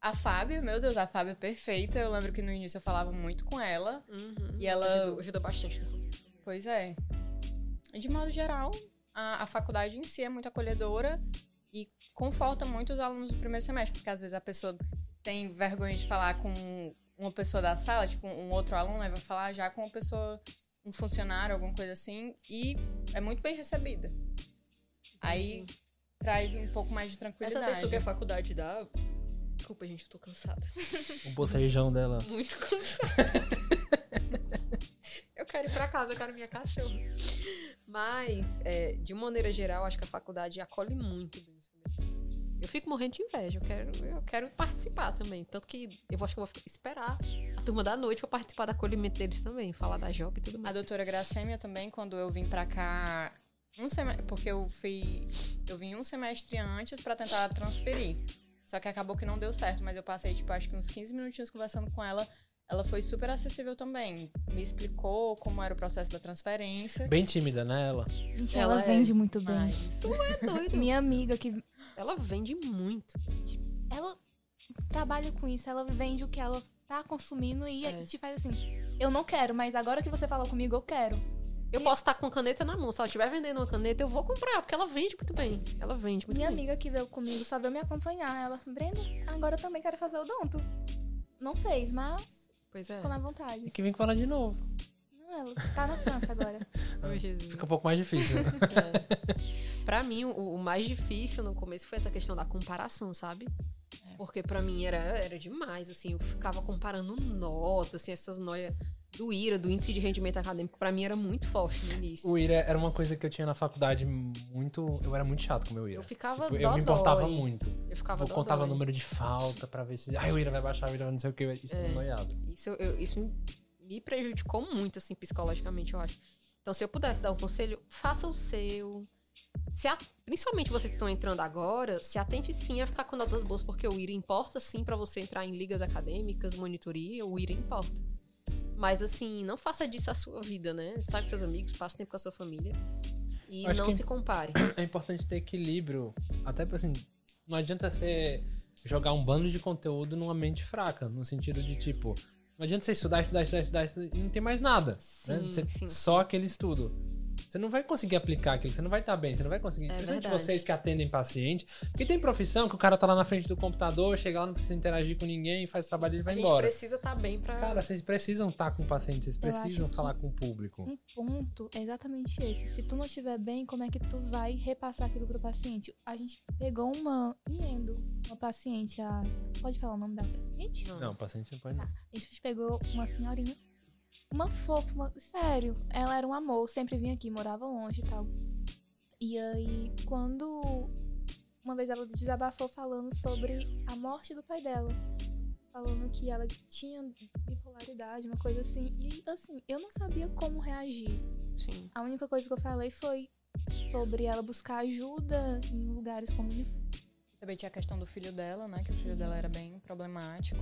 Speaker 4: a Fábia, meu Deus, a Fábia é perfeita. Eu lembro que no início eu falava muito com ela.
Speaker 2: Uhum.
Speaker 4: E ela-
Speaker 2: Ajudou, ajudou bastante no começo.
Speaker 4: Pois é. E De modo geral, a, a faculdade em si é muito acolhedora e conforta muito os alunos do primeiro semestre, porque às vezes a pessoa tem vergonha de falar com uma pessoa da sala, tipo um outro aluno, aí vai falar já com uma pessoa, um funcionário, alguma coisa assim, e é muito bem recebida. Aí traz um pouco mais de
Speaker 2: Uhum. Essa
Speaker 4: tranquilidade.
Speaker 2: atenção que a faculdade dá. Desculpa, gente, eu tô cansada.
Speaker 1: O bocejão dela.
Speaker 2: Muito cansada. eu quero ir pra casa, eu quero minha cachorra. Mas, é, de maneira geral, acho que a faculdade acolhe muito bem os primeiros. Eu fico morrendo de inveja, eu quero, eu quero participar também. Tanto que eu acho que eu vou ficar- esperar a turma da noite pra participar do acolhimento deles também, falar da job e tudo
Speaker 4: A
Speaker 2: mais.
Speaker 4: doutora Gracêmia também, quando eu vim pra cá, um semestre, porque eu fui, eu vim um semestre antes pra tentar transferir. Só que acabou que não deu certo, mas eu passei tipo acho que uns 15 minutinhos conversando com ela. Ela foi super acessível também. Me explicou como era o processo da transferência.
Speaker 1: Bem tímida, né, ela?
Speaker 3: Gente,
Speaker 2: Ela
Speaker 3: ela,
Speaker 2: é
Speaker 3: vende muito bem.
Speaker 4: Mas
Speaker 2: É doido.
Speaker 3: Minha amiga que.
Speaker 2: Ela vende muito.
Speaker 3: Ela trabalha com isso, ela vende o que ela tá consumindo e
Speaker 2: É.
Speaker 3: te faz assim. Eu não quero, mas agora que você falou comigo, eu quero.
Speaker 2: Eu posso estar com caneta na mão. Se ela estiver vendendo uma caneta, eu vou comprar, porque ela vende muito bem. Ela vende muito
Speaker 3: Minha
Speaker 2: bem.
Speaker 3: amiga que veio comigo só veio me acompanhar. Ela, Brenda, agora eu também quero fazer odonto. Não fez, mas
Speaker 2: Pois é.
Speaker 3: ficou na
Speaker 1: E
Speaker 3: vontade.
Speaker 1: que vem com ela de novo.
Speaker 3: Não, ela tá na França agora.
Speaker 2: Ai, Jesus.
Speaker 1: Fica um pouco mais difícil. né?
Speaker 2: É. Pra mim, o, o mais difícil no começo foi essa questão da comparação, sabe? Porque pra mim era, era demais, assim, eu ficava comparando notas, assim, essas noias do IRA, do índice de rendimento acadêmico, pra mim era muito forte no início.
Speaker 1: o IRA era uma coisa que eu tinha na faculdade muito. Eu era muito chato com o meu IRA.
Speaker 2: Eu ficava
Speaker 1: Tipo, eu
Speaker 2: dodói.
Speaker 1: me importava muito.
Speaker 2: Eu ficava
Speaker 1: eu contava
Speaker 2: dodói.
Speaker 1: número de falta pra ver se. Ai, o IRA vai baixar, o IRA vai não sei o que. Isso
Speaker 2: É.
Speaker 1: é. noiado.
Speaker 2: Isso, eu- isso me- me prejudicou muito, assim, psicologicamente, eu acho. Então, se eu pudesse dar um conselho, faça o seu. Se a- Principalmente vocês que estão entrando agora, se atente sim a ficar com notas boas, porque o IRA importa sim pra você entrar em ligas acadêmicas, monitoria, o IRA importa. Mas, assim, não faça disso a sua vida, né? Sai com seus amigos, passe tempo com a sua família. E
Speaker 1: Acho
Speaker 2: não
Speaker 1: que-
Speaker 2: se compare.
Speaker 1: É importante ter equilíbrio. Até porque, assim, não adianta você jogar um bando de conteúdo numa mente fraca. No sentido de tipo, não adianta você estudar, estudar, estudar, estudar, estudar e não tem mais nada. né?
Speaker 2: Sim,
Speaker 1: Você-
Speaker 2: sim.
Speaker 1: Só aquele estudo. Você não vai conseguir aplicar aquilo, você não vai estar bem, você não vai conseguir. Principalmente
Speaker 2: É verdade.
Speaker 1: vocês que atendem paciente. Porque tem profissão que o cara tá lá na frente do computador, chega lá, não precisa interagir com ninguém, faz o trabalho e ele
Speaker 2: a
Speaker 1: vai
Speaker 2: gente
Speaker 1: embora.
Speaker 2: precisa estar bem pra.
Speaker 1: Cara, vocês precisam estar com o paciente, vocês
Speaker 3: Eu acho
Speaker 1: precisam
Speaker 3: que-
Speaker 1: falar com o público.
Speaker 3: Um ponto é exatamente esse. Se tu não estiver bem, como é que tu vai repassar aquilo pro paciente? A gente pegou uma emendo, uma paciente, a. Pode falar o nome da paciente?
Speaker 1: Não, o paciente não pode não.
Speaker 3: A gente pegou uma senhorinha, uma fofa, uma- sério, ela era um amor, sempre vinha aqui, morava longe e tal. E aí, quando uma vez ela desabafou falando sobre a morte do pai dela, falando que ela tinha bipolaridade, uma coisa assim, e assim, eu não sabia como reagir.
Speaker 2: Sim.
Speaker 3: A única coisa que eu falei foi sobre ela buscar ajuda em lugares como
Speaker 4: Também tinha a questão do filho dela, né? Que o filho dela era bem problemático,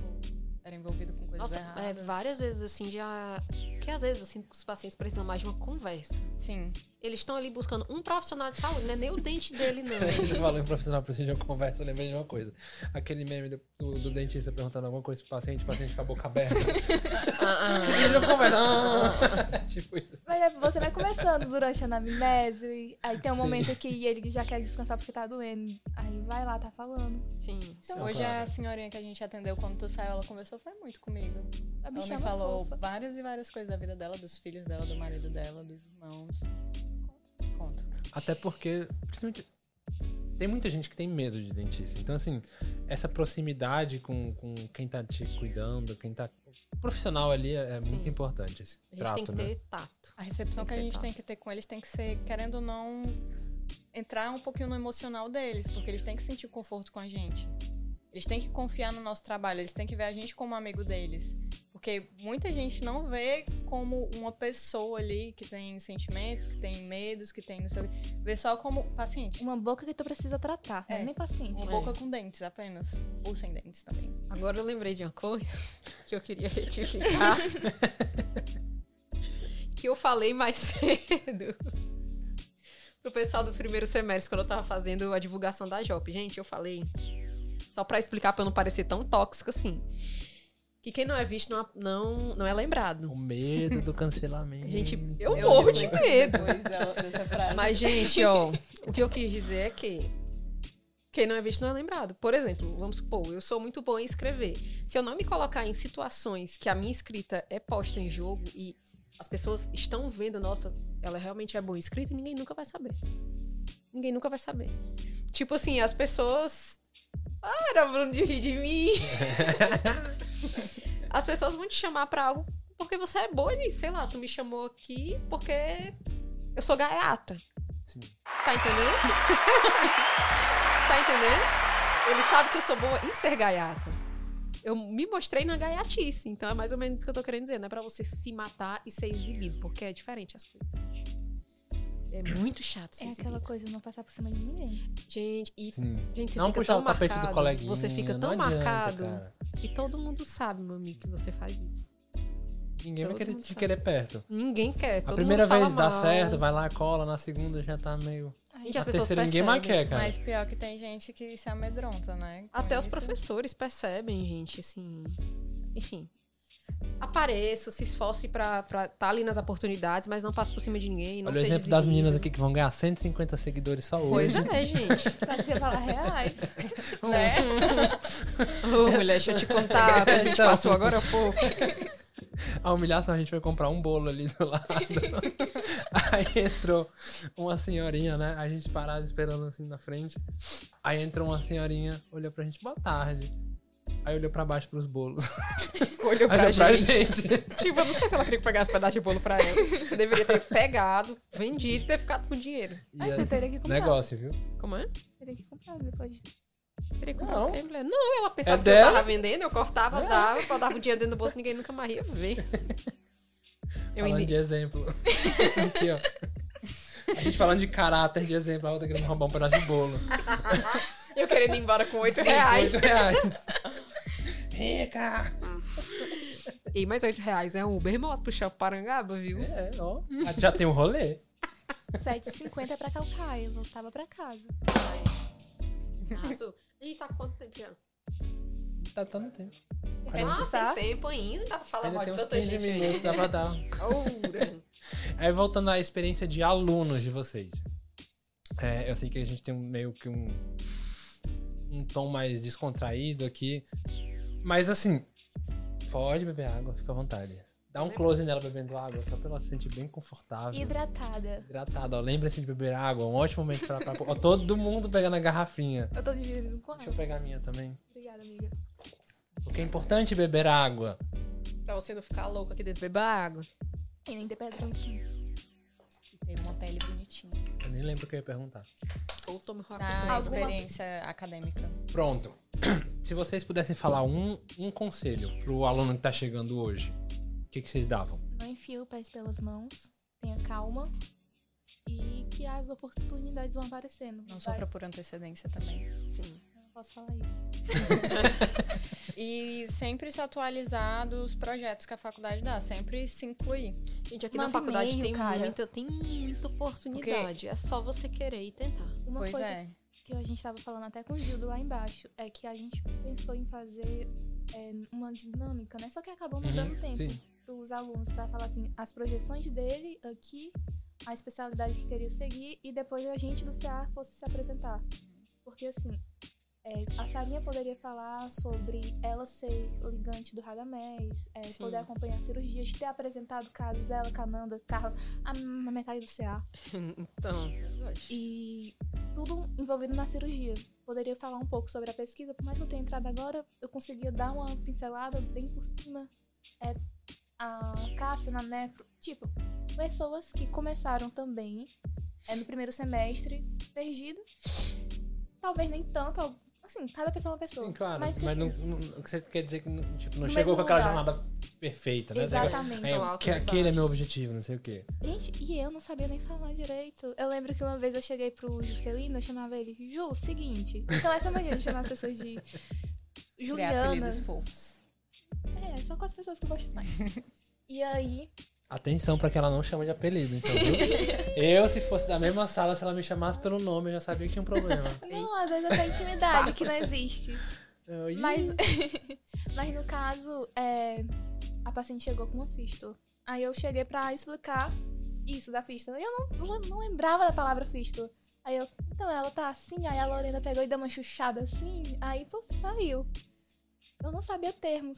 Speaker 4: era envolvido com coisas
Speaker 2: Nossa, é,
Speaker 4: erradas.
Speaker 2: várias vezes assim já. Porque às vezes eu sinto que os pacientes precisam mais de uma conversa.
Speaker 4: Sim.
Speaker 2: Eles estão ali buscando um profissional de saúde, não é nem o dente dele, não.
Speaker 1: Você falou em profissional precisa de uma conversa, eu lembrei de uma coisa. Aquele meme do, do- do dentista perguntando alguma coisa pro paciente, o paciente com a boca aberta.
Speaker 2: Ah, ah.
Speaker 1: Ele não conversa. ah, tipo isso.
Speaker 3: Mas é, você vai conversando durante a anamnese, e aí tem um
Speaker 1: Sim.
Speaker 3: momento que ele já quer descansar porque tá doendo. Aí vai lá, tá falando.
Speaker 2: Sim. sim.
Speaker 1: Então,
Speaker 4: Hoje é
Speaker 1: claro.
Speaker 4: a senhorinha que a gente atendeu quando tu saiu, ela conversou, foi muito comigo.
Speaker 3: A
Speaker 4: Ela
Speaker 3: bicha é
Speaker 4: me
Speaker 3: uma
Speaker 4: falou
Speaker 3: fofa.
Speaker 4: várias e várias coisas da vida dela, dos filhos dela, do marido dela, dos irmãos. Conto.
Speaker 1: Até porque, principalmente, tem muita gente que tem medo de dentista. Então, assim, essa proximidade com, com quem tá te cuidando, quem tá. O profissional ali é, é
Speaker 2: Sim.
Speaker 1: muito importante, esse
Speaker 2: A gente tem
Speaker 1: trato,
Speaker 2: que
Speaker 1: né?
Speaker 2: ter tato.
Speaker 4: A recepção que a
Speaker 2: Tem que ter
Speaker 4: gente tem que ter com eles tem que ser, querendo ou não, entrar um pouquinho no emocional deles, porque eles têm que sentir conforto com a gente. Eles têm que confiar no nosso trabalho, eles têm que ver a gente como amigo deles. Porque muita gente não vê como uma pessoa ali que tem sentimentos, que tem medos, que tem não sei o quê. Vê só como paciente.
Speaker 3: Uma boca que tu precisa tratar, não é
Speaker 4: É.
Speaker 3: nem paciente.
Speaker 4: Uma
Speaker 2: É.
Speaker 4: boca com dentes apenas. Ou sem dentes também.
Speaker 2: Agora eu lembrei de uma coisa que eu queria retificar. que eu falei mais cedo. Pro pessoal dos primeiros semestres, quando eu tava fazendo a divulgação da JOP. Gente, eu falei. Só pra explicar pra eu não parecer tão tóxico assim. Que quem não é visto não, não, não é lembrado.
Speaker 1: O medo do cancelamento. É
Speaker 2: Gente, eu morro de medo.
Speaker 4: Depois dela- dessa frase.
Speaker 2: Mas, gente, ó, o que eu quis dizer é que quem não é visto não é lembrado. Por exemplo, vamos supor, eu sou muito boa em escrever. Se eu não me colocar em situações que a minha escrita é posta em jogo e as pessoas estão vendo, nossa, ela realmente é boa em escrita, ninguém nunca vai saber. Ninguém nunca vai saber. Tipo assim, as pessoas. "Ah, Para, Bruno, de rir de mim. As pessoas vão te chamar pra algo porque você é boa nisso. Sei lá, tu me chamou aqui porque eu sou gaiata.
Speaker 1: Sim.
Speaker 2: Tá entendendo? tá entendendo? Ele sabe que eu sou boa em ser gaiata. Eu me mostrei na gaiatice, então é mais ou menos isso que eu tô querendo dizer. Não é pra você se matar e ser exibido, porque é diferente as coisas. gente. É muito chato ser
Speaker 3: É
Speaker 2: exibido.
Speaker 3: aquela coisa, não passar por cima de ninguém.
Speaker 2: Gente, e,
Speaker 1: Sim.
Speaker 2: gente, você
Speaker 1: Não
Speaker 2: fica
Speaker 1: puxar
Speaker 2: tão
Speaker 1: o tapete
Speaker 2: marcado,
Speaker 1: do coleguinha.
Speaker 2: você fica
Speaker 1: não
Speaker 2: tão
Speaker 1: adianta,
Speaker 2: marcado
Speaker 1: cara.
Speaker 2: e todo mundo sabe, meu amigo, que você faz isso.
Speaker 1: Ninguém vai
Speaker 2: Todo
Speaker 1: querer
Speaker 2: mundo
Speaker 1: te
Speaker 2: sabe.
Speaker 1: querer perto.
Speaker 2: Ninguém quer, todo
Speaker 1: a primeira
Speaker 2: mundo fala
Speaker 1: vez dá
Speaker 2: mal.
Speaker 1: certo, vai lá, cola, na segunda já tá meio.
Speaker 3: Aí,
Speaker 2: Gente, as
Speaker 1: na
Speaker 2: pessoas
Speaker 1: terceira ninguém mais
Speaker 2: percebem.
Speaker 1: quer, cara.
Speaker 4: Mas pior que tem gente que se amedronta, né? com
Speaker 2: Até os
Speaker 4: isso.
Speaker 2: professores percebem, gente, assim. Enfim. apareça, se esforce pra estar ali nas oportunidades, mas não passe por cima de ninguém. Não
Speaker 1: Olha o
Speaker 2: seja
Speaker 1: exemplo das
Speaker 2: exibida.
Speaker 1: meninas aqui que vão ganhar 150 seguidores só
Speaker 2: Pois
Speaker 1: hoje.
Speaker 2: é, gente.
Speaker 3: Sabe que ia falar reais?
Speaker 4: Né?
Speaker 2: É. Ô, mulher, deixa eu te contar. o que A gente
Speaker 1: Então.
Speaker 2: passou agora há pouco.
Speaker 1: A humilhação, a gente foi comprar um bolo ali do lado. Aí entrou uma senhorinha, né? A gente parado esperando assim na frente. Aí entrou uma senhorinha, olhou pra gente, boa tarde. Aí olhou pra baixo pros bolos.
Speaker 2: Olhou pra,
Speaker 1: olhou pra
Speaker 2: gente.
Speaker 1: gente.
Speaker 2: Tipo, eu não sei se ela queria que pegasse pedaço de bolo pra ela. Eu deveria ter pegado, vendido e ter ficado com o dinheiro.
Speaker 1: E
Speaker 3: Aí tu
Speaker 1: é
Speaker 3: teria que comprar.
Speaker 1: negócio, viu?
Speaker 2: Como é?
Speaker 3: Teria que comprar depois.
Speaker 2: Teria que comprar
Speaker 1: Não.
Speaker 2: o quê, mulher? Não, ela pensava
Speaker 1: É
Speaker 2: que
Speaker 1: dela? É.
Speaker 2: eu tava vendendo, eu cortava, dava, botava o dinheiro dentro do bolso, ninguém nunca mais ia ver. Eu
Speaker 1: falando
Speaker 2: ainda...
Speaker 1: de exemplo. Aqui, ó. A gente falando de caráter de exemplo, a outra querendo roubar um pedaço de bolo.
Speaker 2: Eu querendo ir embora com oito
Speaker 1: Oito
Speaker 2: reais.
Speaker 1: reais. Rica!
Speaker 2: Ei, mas oito reais é um Uber moto pro Shopping Parangaba, viu?
Speaker 1: É, ó. Já tem um rolê.
Speaker 3: 7,50 pra Calcaia, eu voltava pra casa.
Speaker 1: É.
Speaker 2: Arrasou. A gente tá com quanto tempo já?
Speaker 1: Tá, tá no tempo.
Speaker 3: Quer
Speaker 1: Ainda-
Speaker 3: expulsar?
Speaker 2: tem tempo ainda, dá pra falar
Speaker 1: Ainda
Speaker 2: mal
Speaker 1: tem
Speaker 2: de
Speaker 1: uns
Speaker 2: tanta
Speaker 1: 15
Speaker 2: gente
Speaker 1: minutos,
Speaker 2: aí.
Speaker 1: dá pra dar.
Speaker 2: Oura.
Speaker 1: Aí voltando à experiência de alunos de vocês. É, eu sei que a gente tem um- meio que um, um tom mais descontraído aqui. Mas assim, pode beber água, fica à vontade. Dá um close nela bebendo água, só pra ela se sentir bem confortável.
Speaker 3: Hidratada.
Speaker 1: Hidratada, ó. Lembre-se de beber água. Um ótimo momento pra. pra ó, todo mundo pegando a garrafinha.
Speaker 3: Eu tô dividindo com
Speaker 1: Deixa eu
Speaker 3: água.
Speaker 1: pegar a minha também.
Speaker 3: Obrigada, amiga.
Speaker 1: Porque é importante beber água.
Speaker 2: Pra você não ficar louco aqui dentro, beba água.
Speaker 3: E nem ter pedra no cinto.
Speaker 4: E Teve uma pele bonitinha.
Speaker 1: Eu nem lembro o que eu ia perguntar.
Speaker 2: Ou tome rock.
Speaker 4: Na
Speaker 3: Alguma-
Speaker 4: experiência acadêmica.
Speaker 1: Pronto. Se vocês pudessem falar um, um conselho pro aluno que tá chegando hoje, o que, que vocês davam?
Speaker 3: Não enfia o pés pelas mãos. Tenha calma. E que as oportunidades vão aparecendo.
Speaker 4: Não
Speaker 3: Vai-
Speaker 4: sofra por antecedência também.
Speaker 2: Sim.
Speaker 3: Eu não posso falar isso.
Speaker 4: E sempre se atualizar dos projetos que a faculdade dá. Sempre se incluir.
Speaker 2: Gente, aqui
Speaker 3: Manda
Speaker 2: na faculdade
Speaker 3: e-mail,
Speaker 2: tem
Speaker 3: cara.
Speaker 2: muita, tem muita oportunidade. É só você querer e tentar.
Speaker 3: Uma
Speaker 4: pois
Speaker 3: coisa
Speaker 4: é.
Speaker 3: que a gente tava falando até com o Gildo lá embaixo é que a gente pensou em fazer é, uma dinâmica, né? Só que acabou mudando o tempo
Speaker 1: Uhum. Sim.
Speaker 3: pros alunos pra falar assim, as projeções dele aqui, a especialidade que queria seguir e depois a gente do CA fosse se apresentar. Porque assim, é, a Sarinha poderia falar sobre ela ser ligante do Radamés, é,
Speaker 2: Sim.
Speaker 3: poder acompanhar cirurgias, ter apresentado casos, ela, Cananda, Carla, a, a metade do CA.
Speaker 2: Então,
Speaker 3: E tudo envolvido na cirurgia. Poderia falar um pouco sobre a pesquisa, por mais que eu tenha entrado agora, eu conseguia dar uma pincelada bem por cima. É, a Cássia na Nefro. Tipo, pessoas que começaram também é, no primeiro semestre, perdidas. Talvez nem tanto, al- assim, cada pessoa é uma pessoa.
Speaker 1: Sim, claro. Mas,
Speaker 3: Mas, que, assim,
Speaker 1: não, não- o que você quer dizer que não, tipo, não
Speaker 3: No
Speaker 1: chegou
Speaker 3: mesmo
Speaker 1: com aquela
Speaker 3: lugar.
Speaker 1: jornada perfeita, né?
Speaker 3: Exatamente.
Speaker 1: É,
Speaker 2: São altos
Speaker 1: que,
Speaker 2: e
Speaker 1: aquele é
Speaker 2: baixos.
Speaker 1: meu objetivo, não sei o quê.
Speaker 3: Gente, e eu não sabia nem falar direito. Eu lembro que uma vez eu cheguei pro Juscelino, eu chamava ele Ju, seguinte. Então essa mania de chamar as pessoas de
Speaker 4: Criar
Speaker 3: Juliana.
Speaker 4: apelidos fofos.
Speaker 3: É, só com as pessoas que eu gosto mais. E aí,
Speaker 1: Atenção pra que ela não chama de apelido, então. viu? eu, se fosse da mesma sala, se ela me chamasse pelo nome, eu já sabia que tinha um problema.
Speaker 3: não, às vezes essa intimidade que não existe.
Speaker 1: Eu, "Ih,
Speaker 3: Mas, mas no caso, é, a paciente chegou com uma fístula. Aí eu cheguei pra explicar isso da fístula. E eu não, eu não lembrava da palavra fístula. Aí eu, então ela tá assim, aí a Lorena pegou e deu uma chuchada assim, aí puf, saiu. Eu não sabia termos.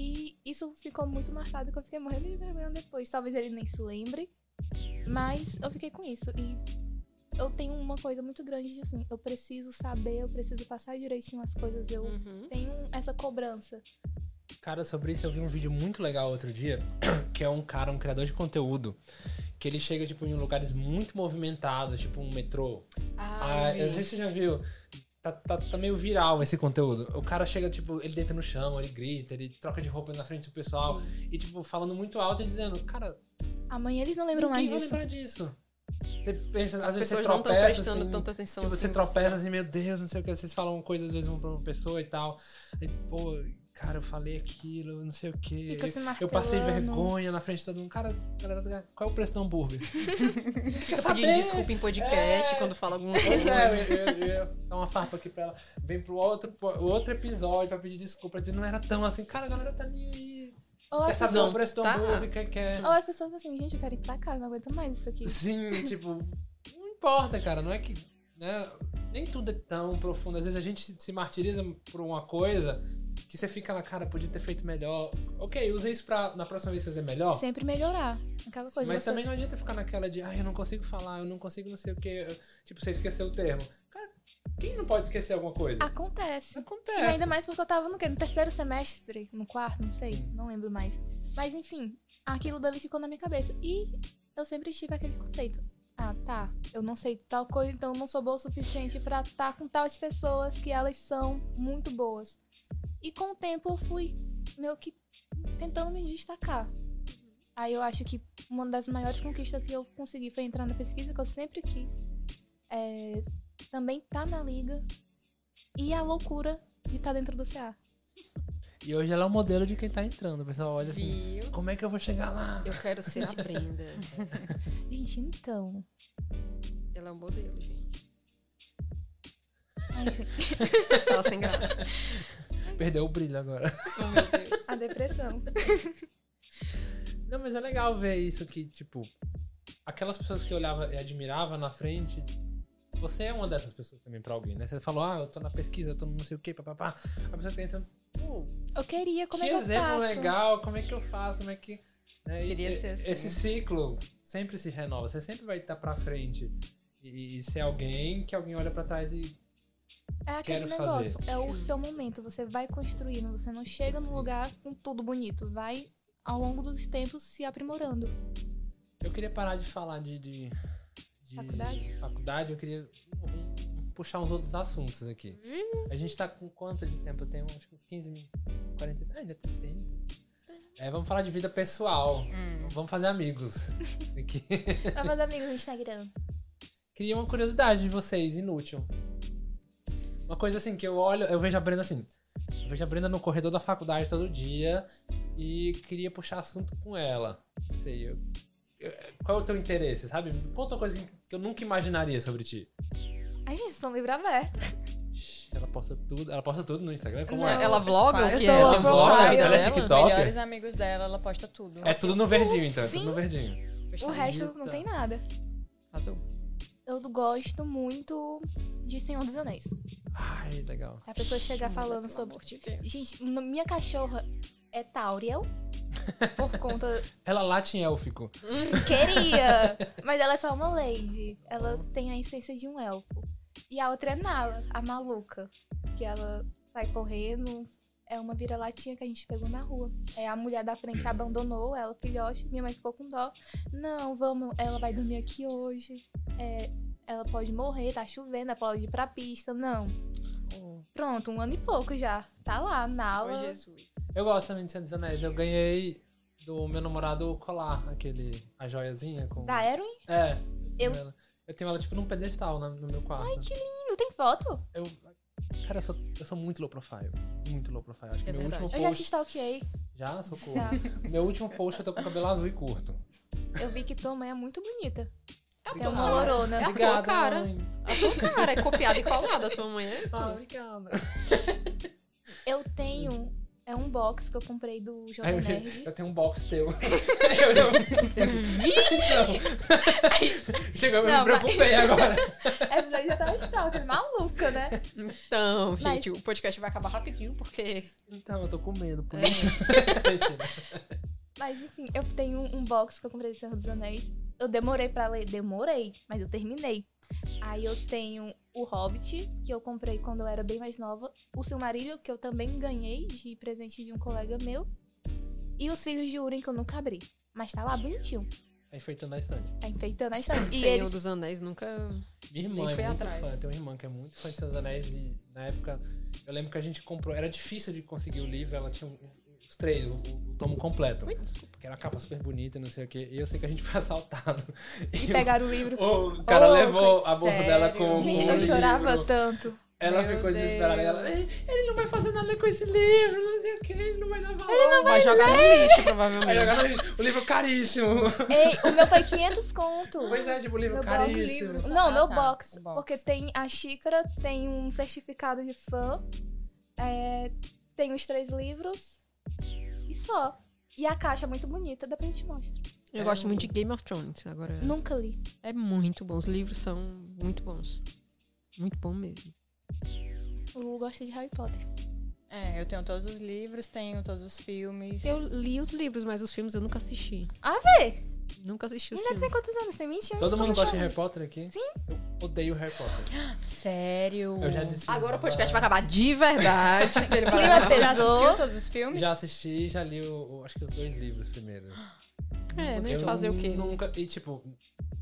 Speaker 3: E isso ficou muito marcado que eu fiquei morrendo de vergonha depois. Talvez ele nem se lembre, mas eu fiquei com isso. E eu tenho uma coisa muito grande de assim, eu preciso saber, eu preciso passar direitinho as coisas, eu
Speaker 2: uhum.
Speaker 3: tem um- essa cobrança.
Speaker 1: Cara, sobre isso eu vi um vídeo muito legal outro dia, que é um cara, um criador de conteúdo, que ele chega, tipo, em lugares muito movimentados, tipo um metrô, Ah, eu não sei se você já viu. Tá, tá, tá meio viral esse conteúdo. O cara chega, tipo, ele deita no chão, ele grita, ele troca de roupa na frente do pessoal. E, tipo, falando muito alto e dizendo, cara,
Speaker 3: Amanhã eles não lembram
Speaker 1: ninguém
Speaker 3: mais
Speaker 1: vai
Speaker 3: disso.
Speaker 1: lembrar disso. Você pensa,
Speaker 2: As
Speaker 1: às vezes você
Speaker 2: pessoas não
Speaker 1: tropeça,
Speaker 2: estão prestando
Speaker 1: assim,
Speaker 2: tanta atenção
Speaker 1: que você
Speaker 2: assim.
Speaker 1: tropeça assim, meu Deus, não sei o que, vocês falam coisas às vezes pra uma pessoa e tal. Aí, pô, cara, eu falei aquilo, não sei o que.
Speaker 3: Fica se
Speaker 1: Eu passei
Speaker 3: martelando.
Speaker 1: vergonha na frente de todo mundo. Cara, galera, qual é o preço do hambúrguer?
Speaker 2: Fica
Speaker 1: saber.
Speaker 2: pedindo desculpa em podcast
Speaker 1: É.
Speaker 2: quando fala alguma
Speaker 1: Pois
Speaker 2: coisa.
Speaker 1: é, eu, eu, eu, eu- dá uma farpa aqui pra ela. Vem pro outro, pro outro episódio pra pedir desculpa, pra dizer não era tão assim. Cara, a galera tá nem aí.
Speaker 3: Ou
Speaker 1: Quer
Speaker 3: as,
Speaker 1: saber
Speaker 3: pessoas,
Speaker 1: o preço do
Speaker 4: tá.
Speaker 1: hambúrguer? Quer...
Speaker 3: ou as pessoas assim, gente, eu quero ir pra casa, não aguento mais isso aqui.
Speaker 1: Sim, tipo, não importa, cara. Não é que. Né, nem tudo é tão profundo. Às vezes a gente se martiriza por uma coisa que você fica na cara, podia ter feito melhor. Ok, usa isso pra na próxima vez fazer melhor.
Speaker 3: Sempre melhorar. Aquela coisa.
Speaker 1: Mas
Speaker 3: você-
Speaker 1: também não adianta ficar naquela de, ai, eu não consigo falar, eu não consigo não sei o quê. Tipo, você esqueceu o termo. Cara, quem não pode esquecer alguma coisa?
Speaker 3: Acontece.
Speaker 1: Acontece.
Speaker 3: E ainda mais porque eu tava no, quê? no terceiro semestre, no quarto, não sei,
Speaker 1: Sim.
Speaker 3: não lembro mais. Mas enfim, aquilo dali ficou na minha cabeça. E eu sempre tive aquele conceito. Ah, tá. Eu não sei tal coisa, então eu não sou boa o suficiente pra estar com tais pessoas que elas são muito boas. E com o tempo eu fui meio que tentando me destacar. Aí eu acho que uma das maiores conquistas que eu consegui foi entrar na pesquisa que eu sempre quis. É, também tá na liga. E a loucura de estar dentro do CA.
Speaker 1: E hoje ela é o modelo de quem tá entrando. O pessoal olha assim,
Speaker 4: Viu?
Speaker 1: como é que eu vou chegar lá?
Speaker 2: Eu quero ser a Brenda.
Speaker 3: Gente, então.
Speaker 2: Ela é um modelo, gente.
Speaker 3: Ai, gente,
Speaker 2: Ela é sem graça.
Speaker 1: Perdeu o brilho agora.
Speaker 4: Oh, meu Deus.
Speaker 3: a depressão.
Speaker 1: Não, mas é legal ver isso que, tipo, aquelas pessoas que eu olhava e admirava na frente, você é uma dessas pessoas também pra alguém, né? Você falou, ah, eu tô na pesquisa, eu tô no não sei o quê, papapá. A pessoa tá entrando, pô,
Speaker 3: Eu queria, como
Speaker 1: que
Speaker 3: é que eu
Speaker 1: exemplo
Speaker 3: faço?
Speaker 1: legal, como é que eu faço, como é que. né? E-
Speaker 4: Queria ser assim.
Speaker 1: Esse ciclo sempre se renova, você sempre vai estar pra frente. E, e ser alguém que alguém olha pra trás e.
Speaker 3: É aquele
Speaker 1: Quero
Speaker 3: negócio,
Speaker 1: fazer.
Speaker 3: é o seu momento, você vai construindo, você não chega no
Speaker 1: Sim.
Speaker 3: lugar com tudo bonito, vai ao longo dos tempos se aprimorando.
Speaker 1: Eu queria parar de falar de. de, de
Speaker 3: Faculdade?
Speaker 1: faculdade, eu queria um- um- puxar uns outros assuntos aqui. A gente tá com quanto de tempo? Eu tenho acho que uns 15 minutos. 40. Ah, ainda tem tempo. É, vamos falar de vida pessoal.
Speaker 4: Hum.
Speaker 1: Vamos fazer amigos. Aqui.
Speaker 3: Novas amigos no Instagram.
Speaker 1: Queria uma curiosidade de vocês, inútil. Uma coisa assim que eu olho, eu vejo a Brenda assim. Eu vejo a Brenda no corredor da faculdade todo dia e queria puxar assunto com ela. Não Sei, eu, eu- qual é o teu interesse, sabe? Me Conta uma coisa que eu nunca imaginaria sobre ti.
Speaker 3: Ai, gente, são livro aberto.
Speaker 1: Shhh, Ela posta tudo, ela posta tudo no Instagram, como
Speaker 2: Não,
Speaker 1: é?
Speaker 2: ela vloga
Speaker 4: Eu
Speaker 2: o que
Speaker 3: sou
Speaker 2: é? Ela
Speaker 3: low
Speaker 2: vloga a
Speaker 3: profile,
Speaker 2: vida
Speaker 1: ela é
Speaker 2: dela?
Speaker 1: TikTok.
Speaker 4: Os melhores amigos dela, ela posta tudo.
Speaker 1: É tudo no verdinho, então. É
Speaker 3: Sim.
Speaker 1: tudo no verdinho.
Speaker 3: O resto não tem nada.
Speaker 2: Azul.
Speaker 1: um.
Speaker 3: Eu gosto muito de Senhor dos Anéis.
Speaker 1: Ai, legal.
Speaker 3: A pessoa chegar falando sobre. Gente, no- minha cachorra é Tauriel. Por conta.
Speaker 1: Ela late em élfico.
Speaker 3: Queria! Mas ela é só uma lady. Ela tem a essência de um elfo. E a outra é Nala, a maluca. Que ela sai correndo. É uma vira-latinha que a gente pegou na rua. É, a mulher da frente abandonou ela, filhote. Minha mãe ficou com dó. Não, vamos, ela vai dormir aqui hoje. É, ela pode morrer, tá chovendo, ela pode ir pra pista. Não. Pronto, um ano e pouco já. Tá lá, Nala.
Speaker 2: Oh, Jesus.
Speaker 1: Eu gosto também de Senhor dos Anéis. Eu ganhei do meu namorado o colar, aquele. a joiazinha com.
Speaker 3: Da Erwin?
Speaker 1: É.
Speaker 3: Eu-
Speaker 1: ela- eu tenho ela tipo num pedestal na- no meu quarto. Ai, que lindo.
Speaker 3: Não tem foto?
Speaker 1: Eu, cara, eu sou, eu sou muito low profile. Muito low profile. Acho que
Speaker 2: É
Speaker 1: meu
Speaker 2: verdade.
Speaker 1: último
Speaker 3: Eu já te
Speaker 1: post.
Speaker 3: stalkeei.
Speaker 1: Já, socorro.
Speaker 3: Já.
Speaker 1: Meu último post eu tô com o cabelo azul e curto.
Speaker 3: Eu vi que tua mãe é muito bonita. Tem
Speaker 1: Obrigado.
Speaker 3: uma lorona.
Speaker 2: É a tua
Speaker 1: Obrigado,
Speaker 2: cara.
Speaker 1: mãe.
Speaker 2: A tua cara é copiada e colada a tua mãe, né?
Speaker 1: Ah, obrigado.
Speaker 3: Eu tenho. É um box que eu comprei do
Speaker 1: Aí
Speaker 3: Jovem
Speaker 1: eu,
Speaker 3: Nerd.
Speaker 1: eu tenho um box teu. eu já...
Speaker 2: Você viu?
Speaker 1: Não. Chegou, eu
Speaker 3: Não,
Speaker 1: me
Speaker 3: mas-
Speaker 1: preocupei agora.
Speaker 3: É verdade, já tá stalker, maluca, né?
Speaker 2: Então,
Speaker 3: Mas-
Speaker 2: gente, o podcast vai acabar rapidinho, porque.
Speaker 1: Então, eu tô com medo. Por
Speaker 2: É.
Speaker 1: isso. Mentira.
Speaker 3: Mas enfim, eu tenho um box que eu comprei do Senhor dos Anéis. Eu demorei pra ler, demorei, mas eu terminei. Aí eu tenho o Hobbit, que eu comprei quando eu era bem mais nova. O Silmarillion, que eu também ganhei de presente de um colega meu. E os Filhos de Urim, que eu nunca abri. Mas tá lá bonitinho.
Speaker 1: Aí foi tanto na estante.
Speaker 3: Tá enfeitando a
Speaker 2: O
Speaker 3: estante. E
Speaker 2: Senhor
Speaker 3: eles...
Speaker 2: um dos Anéis nunca.
Speaker 1: Minha irmã
Speaker 2: Nem
Speaker 1: é
Speaker 2: foi
Speaker 1: muito
Speaker 2: atrás.
Speaker 1: fã. Tem uma irmã que é muito fã de Seus Anéis e na época eu lembro que a gente comprou. Era difícil de conseguir o livro, ela tinha um- um- os três, o, o tomo completo.
Speaker 2: Ui, desculpa.
Speaker 1: Que era uma capa super bonita, não sei o quê. E eu sei que a gente foi assaltado.
Speaker 3: E
Speaker 1: o-
Speaker 3: pegaram o livro.
Speaker 1: o cara
Speaker 3: Oh,
Speaker 1: levou a bolsa
Speaker 4: sério?
Speaker 1: dela com.
Speaker 3: Gente,
Speaker 1: com
Speaker 3: eu
Speaker 1: o
Speaker 3: chorava
Speaker 1: livro.
Speaker 3: tanto.
Speaker 1: Ela
Speaker 4: Meu
Speaker 1: ficou desesperada. Ela,
Speaker 4: Deus.
Speaker 1: ele não vai fazer nada com esse livro, não sei o quê, ele não vai levar. Ele
Speaker 2: Vai, jogar no lixo, provavelmente.
Speaker 1: o livro caríssimo.
Speaker 3: Ei, o meu foi 500 conto.
Speaker 1: Pois é, tipo, o livro
Speaker 3: Meu box,
Speaker 1: caríssimo.
Speaker 4: livros.
Speaker 3: Não,
Speaker 4: Ah,
Speaker 3: meu
Speaker 4: tá.
Speaker 3: box,
Speaker 4: O box.
Speaker 3: Porque tem a xícara, tem um certificado de fã, é, tem os três livros e só. E a caixa é muito bonita, depois eu te mostro.
Speaker 2: Eu
Speaker 5: É
Speaker 2: gosto
Speaker 5: um-
Speaker 2: muito de Game of Thrones agora.
Speaker 3: Nunca li.
Speaker 2: É muito bom. Os livros são muito bons. Muito bom mesmo.
Speaker 3: O Lu gosta de Harry Potter.
Speaker 4: É, eu tenho todos os livros, tenho todos os filmes.
Speaker 2: Eu li os livros, mas os filmes eu nunca assisti.
Speaker 3: Ah, vê!
Speaker 2: Nunca assisti os
Speaker 3: Ainda tem
Speaker 2: filmes.
Speaker 3: quantos anos? Tem 20 anos?
Speaker 1: Todo mundo gosta de
Speaker 3: Harry
Speaker 1: Harry Potter aqui? Sim. Eu odeio Harry Potter.
Speaker 4: Sério?
Speaker 1: Eu já disse. isso
Speaker 2: Agora o
Speaker 1: pra
Speaker 2: podcast vai
Speaker 1: Bárbara.
Speaker 2: acabar de verdade. Ele vai
Speaker 3: Clima
Speaker 4: Já
Speaker 2: acabar.
Speaker 3: pesado.
Speaker 4: assistiu todos os filmes?
Speaker 1: Já assisti e já li, o, o- acho que os dois livros primeiro.
Speaker 2: É, né?
Speaker 1: Eu
Speaker 2: Fazer o quê? né?
Speaker 1: Nunca. E tipo,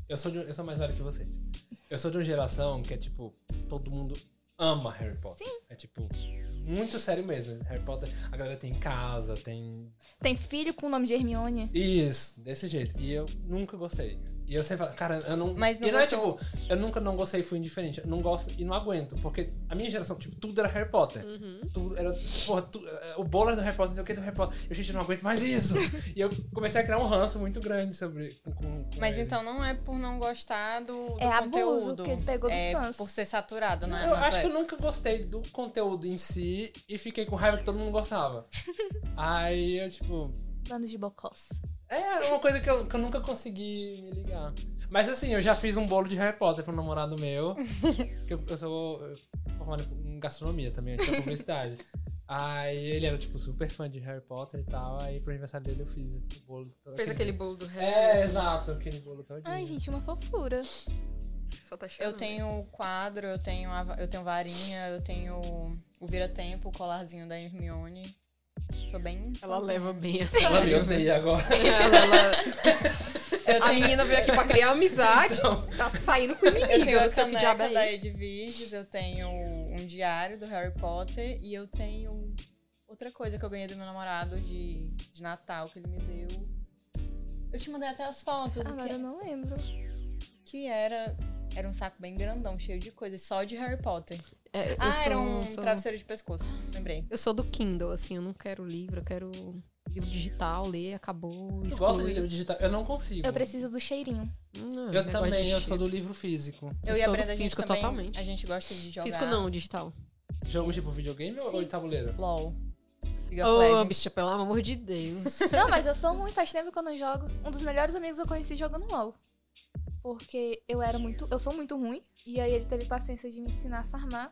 Speaker 1: eu sou, de, eu sou mais velho que vocês. Eu sou de uma geração que é tipo, todo mundo ama Harry Potter. Sim. É tipo, muito sério mesmo. Harry Potter, a galera tem em casa, tem.
Speaker 3: Tem filho com o nome de Hermione?
Speaker 1: Isso, desse jeito. E eu nunca gostei. E eu sempre falo, cara, eu não.
Speaker 4: Mas não
Speaker 1: e não é
Speaker 4: gostou.
Speaker 1: tipo, eu nunca não gostei, fui indiferente. Eu não gosto e não aguento. Porque a minha geração, tipo, tudo era Harry Potter. Tudo era. Porra, tu- eh, o bolo era do Harry Potter, não sei o que do Harry Potter. Eu, gente, eu não aguento mais isso. e eu comecei a criar um ranço muito grande sobre. Com, com- com
Speaker 4: Mas
Speaker 1: ele.
Speaker 4: então não é por não gostar do, do
Speaker 3: É abuso
Speaker 4: conteúdo.
Speaker 3: que ele pegou dos
Speaker 4: é
Speaker 3: fãs.
Speaker 4: por ser saturado, né?
Speaker 1: Eu
Speaker 4: Não
Speaker 1: acho
Speaker 4: é-
Speaker 1: que eu nunca gostei do conteúdo em si e fiquei com raiva que todo mundo gostava. Aí eu, tipo.
Speaker 3: Bando de bocós.
Speaker 1: É uma coisa que eu, que eu nunca consegui me ligar. Mas assim, eu já fiz um bolo de Harry Potter pra um namorado meu. que eu, eu sou eh, formado em gastronomia também, antes da publicidade. Aí ele era, tipo, super fã de Harry Potter e tal. Aí pro aniversário dele eu fiz o bolo.
Speaker 2: Fez aquele bolo do Harry.
Speaker 1: É,
Speaker 2: assim,
Speaker 1: exato, aquele bolo todinho.
Speaker 3: Ai, gente, uma fofura.
Speaker 2: Só tá cheio.
Speaker 4: Eu tenho quadro, eu tenho, a- eu tenho varinha, eu tenho o vira-tempo, o colarzinho da Hermione. Sou bem.
Speaker 2: Ela
Speaker 4: fãzinha.
Speaker 2: leva bem essa.
Speaker 1: Ela me odeia agora.
Speaker 2: Ela- ela- A menina veio aqui pra criar amizade, tá saindo com o inimigo.
Speaker 4: Eu tenho
Speaker 2: eu
Speaker 4: a
Speaker 2: não sei o que diabo
Speaker 4: caneca da
Speaker 2: é isso.
Speaker 4: Edviges, eu tenho um diário do Harry Potter e eu tenho outra coisa que eu ganhei do meu namorado de, de Natal que ele me deu. Eu te mandei até as fotos. o
Speaker 3: Agora
Speaker 4: que,
Speaker 3: eu não lembro.
Speaker 4: que era. Era um saco bem grandão, cheio de coisas, só de Harry Potter.
Speaker 2: É, eu
Speaker 4: ah,
Speaker 2: sou-
Speaker 4: era um
Speaker 2: sou-
Speaker 4: travesseiro de pescoço, lembrei.
Speaker 2: Eu sou do Kindle, assim, eu não quero livro, eu quero livro digital, ler, acabou,
Speaker 1: Eu gosto de
Speaker 2: exclui.
Speaker 1: livro digital. Eu não consigo.
Speaker 3: Eu preciso do cheirinho.
Speaker 2: Hum,
Speaker 1: Eu
Speaker 2: negócio
Speaker 1: também,
Speaker 2: de
Speaker 1: eu sou
Speaker 2: cheiro.
Speaker 1: do livro físico.
Speaker 4: Eu,
Speaker 2: Eu
Speaker 4: e a
Speaker 2: sou do
Speaker 4: Brenda, a gente
Speaker 2: físico
Speaker 4: também,
Speaker 2: totalmente.
Speaker 4: A gente gosta de jogar.
Speaker 2: Físico não, digital.
Speaker 1: Jogo tipo videogame ou- ou
Speaker 3: Sim.
Speaker 1: tabuleiro?
Speaker 4: LOL. League of
Speaker 2: Ô,
Speaker 4: Legends.
Speaker 2: bicha, pelo amor de Deus.
Speaker 3: Não, mas eu sou ruim, faz tempo que eu não jogo. Um dos melhores amigos eu conheci jogando LOL. Porque eu era muito. Eu sou muito ruim. E aí ele teve paciência de me ensinar a farmar.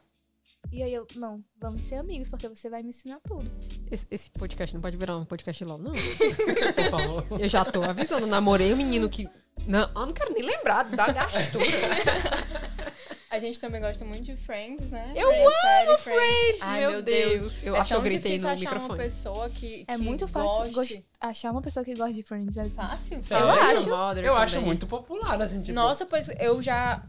Speaker 3: E aí eu, não, vamos ser amigos, porque você vai me ensinar tudo.
Speaker 2: Esse, esse podcast não pode virar um podcast LOL, não.
Speaker 1: Por favor.
Speaker 2: Eu já tô avisando, namorei um menino que. Não, eu não quero nem lembrar da gastura.
Speaker 4: A gente também gosta muito de Friends, né?
Speaker 2: Eu
Speaker 4: amo Friends!
Speaker 2: Eu
Speaker 4: é
Speaker 2: acho que eu
Speaker 4: tão
Speaker 2: gritei
Speaker 4: difícil
Speaker 2: no
Speaker 4: achar uma
Speaker 2: microfone.
Speaker 4: pessoa que,
Speaker 3: É
Speaker 4: que
Speaker 3: muito fácil
Speaker 4: goste.
Speaker 3: gost- achar uma pessoa que gosta de Friends. É
Speaker 4: Fácil?
Speaker 1: Sério?
Speaker 2: Eu acho.
Speaker 1: Eu Eu acho muito popular, assim, tipo.
Speaker 4: Nossa, pois eu já...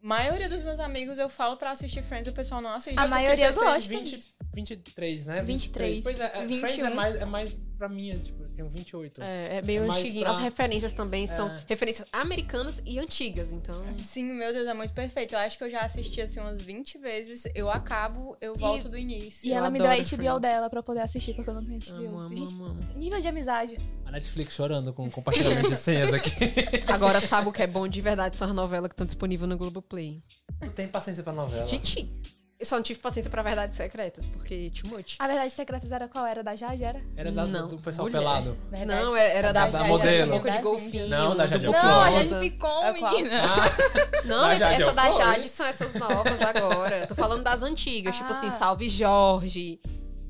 Speaker 4: maioria dos meus amigos, eu falo pra assistir Friends, o pessoal não assiste.
Speaker 3: A maioria
Speaker 1: vocês têm
Speaker 3: gosta.
Speaker 1: 20, 23, né?
Speaker 3: 23.
Speaker 1: Pois é, é, Friends é
Speaker 3: 21.
Speaker 1: mais, é mais pra mim, é, tipo, eu tenho 28.
Speaker 2: É, é meio
Speaker 1: É mais
Speaker 2: antiguinho.
Speaker 1: pra-
Speaker 2: As referências também são
Speaker 1: É.
Speaker 2: referências americanas e antigas, então.
Speaker 4: Sim, meu Deus, é muito perfeito. Eu acho que eu já assisti, assim, umas 20 vezes. Eu acabo, eu volto do início.
Speaker 3: E
Speaker 2: Eu
Speaker 3: ela me deu a HBO
Speaker 2: adoro Friends.
Speaker 3: dela pra eu poder assistir, porque eu não tenho HBO.
Speaker 2: Amo, amo,
Speaker 3: Gente,
Speaker 2: amo, amo.
Speaker 3: nível de amizade.
Speaker 1: A Netflix chorando com compartilhamento de senhas aqui.
Speaker 2: Agora sabe o que é bom de verdade? São as novelas que estão disponíveis no Globoplay.
Speaker 1: Tu tem paciência pra novela.
Speaker 2: Gente, eu só não tive paciência pra verdades secretas, porque too much.
Speaker 3: A verdade secretas era qual? Era da Jade? Era?
Speaker 1: Era da,
Speaker 2: Não,
Speaker 1: do pessoal
Speaker 2: mulher.
Speaker 1: pelado.
Speaker 4: Verdade.
Speaker 2: Não, é- era da,
Speaker 1: Da
Speaker 2: Jade,
Speaker 1: modelo.
Speaker 2: Boca de
Speaker 4: Das
Speaker 2: golfinho.
Speaker 4: índias.
Speaker 1: Não, da Jade
Speaker 2: do
Speaker 1: Alcoa.
Speaker 3: Não, a
Speaker 2: Buclosa.
Speaker 3: Jade Picon,
Speaker 4: É qual?
Speaker 3: menina.
Speaker 1: Ah,
Speaker 2: Não,
Speaker 1: Da
Speaker 2: mas
Speaker 1: Jade
Speaker 2: essa da
Speaker 1: Alcoa,
Speaker 2: Jade são essas novas agora. Eu Tô falando das antigas, tipo assim,
Speaker 3: Ah.
Speaker 2: Salve Jorge.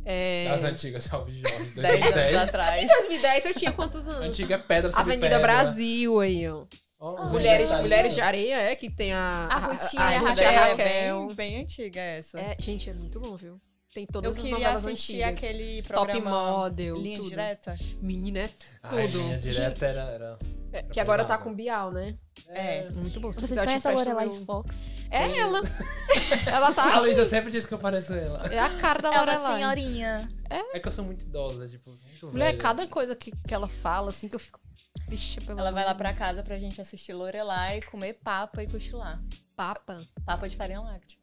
Speaker 2: É...
Speaker 1: das antigas, Salve Jorge.
Speaker 4: 10 anos
Speaker 1: 2010.
Speaker 2: Em
Speaker 4: atrás.
Speaker 2: 2010 eu tinha quantos anos?
Speaker 1: Antiga é Pedra sobre
Speaker 2: Avenida
Speaker 1: pedra.
Speaker 2: Brasil aí, ó.
Speaker 1: Ó, os
Speaker 2: Mulheres,
Speaker 1: aniversários.
Speaker 2: mulheres de Areia é que tem a.
Speaker 3: A Rutinha
Speaker 2: a,
Speaker 3: e a
Speaker 2: Ruth e
Speaker 3: Raquel.
Speaker 2: a
Speaker 4: É
Speaker 2: Raquel.
Speaker 4: bem, bem antiga essa.
Speaker 2: É, gente, é muito bom, viu? Tem
Speaker 4: Eu
Speaker 2: todas as
Speaker 4: queria
Speaker 2: novelas
Speaker 4: assistir
Speaker 2: antigas.
Speaker 4: aquele
Speaker 2: Top
Speaker 4: programa
Speaker 2: Model.
Speaker 4: Linha
Speaker 2: tudo.
Speaker 4: Direta.
Speaker 2: Menina, é,
Speaker 1: Ai,
Speaker 2: tudo.
Speaker 1: linha direta
Speaker 2: Gente.
Speaker 1: era. era-
Speaker 2: é, que agora tá
Speaker 1: pesado.
Speaker 2: com Bial, né?
Speaker 4: É.
Speaker 2: Muito bom. Se
Speaker 3: Vocês
Speaker 2: quiser, eu te
Speaker 3: conhecem a
Speaker 2: empresto
Speaker 3: Lorelai
Speaker 2: meu-
Speaker 3: Fox?
Speaker 2: É ela. ela
Speaker 1: A
Speaker 2: tá.
Speaker 1: Luísa sempre diz que eu pareço ela.
Speaker 2: É a cara da
Speaker 3: É uma
Speaker 2: Lorelai.
Speaker 3: senhorinha.
Speaker 1: É que eu sou muito idosa, tipo, muito
Speaker 2: Mulher,
Speaker 1: velha.
Speaker 2: Né, cada coisa que, que ela fala, assim, que eu fico. Vixe, pelo
Speaker 4: Ela
Speaker 2: amor
Speaker 4: vai lá
Speaker 2: de
Speaker 4: pra casa pra gente assistir Lorelai, comer papa e cochilar.
Speaker 2: Deus. Papa.
Speaker 4: Papa de farinha láctea.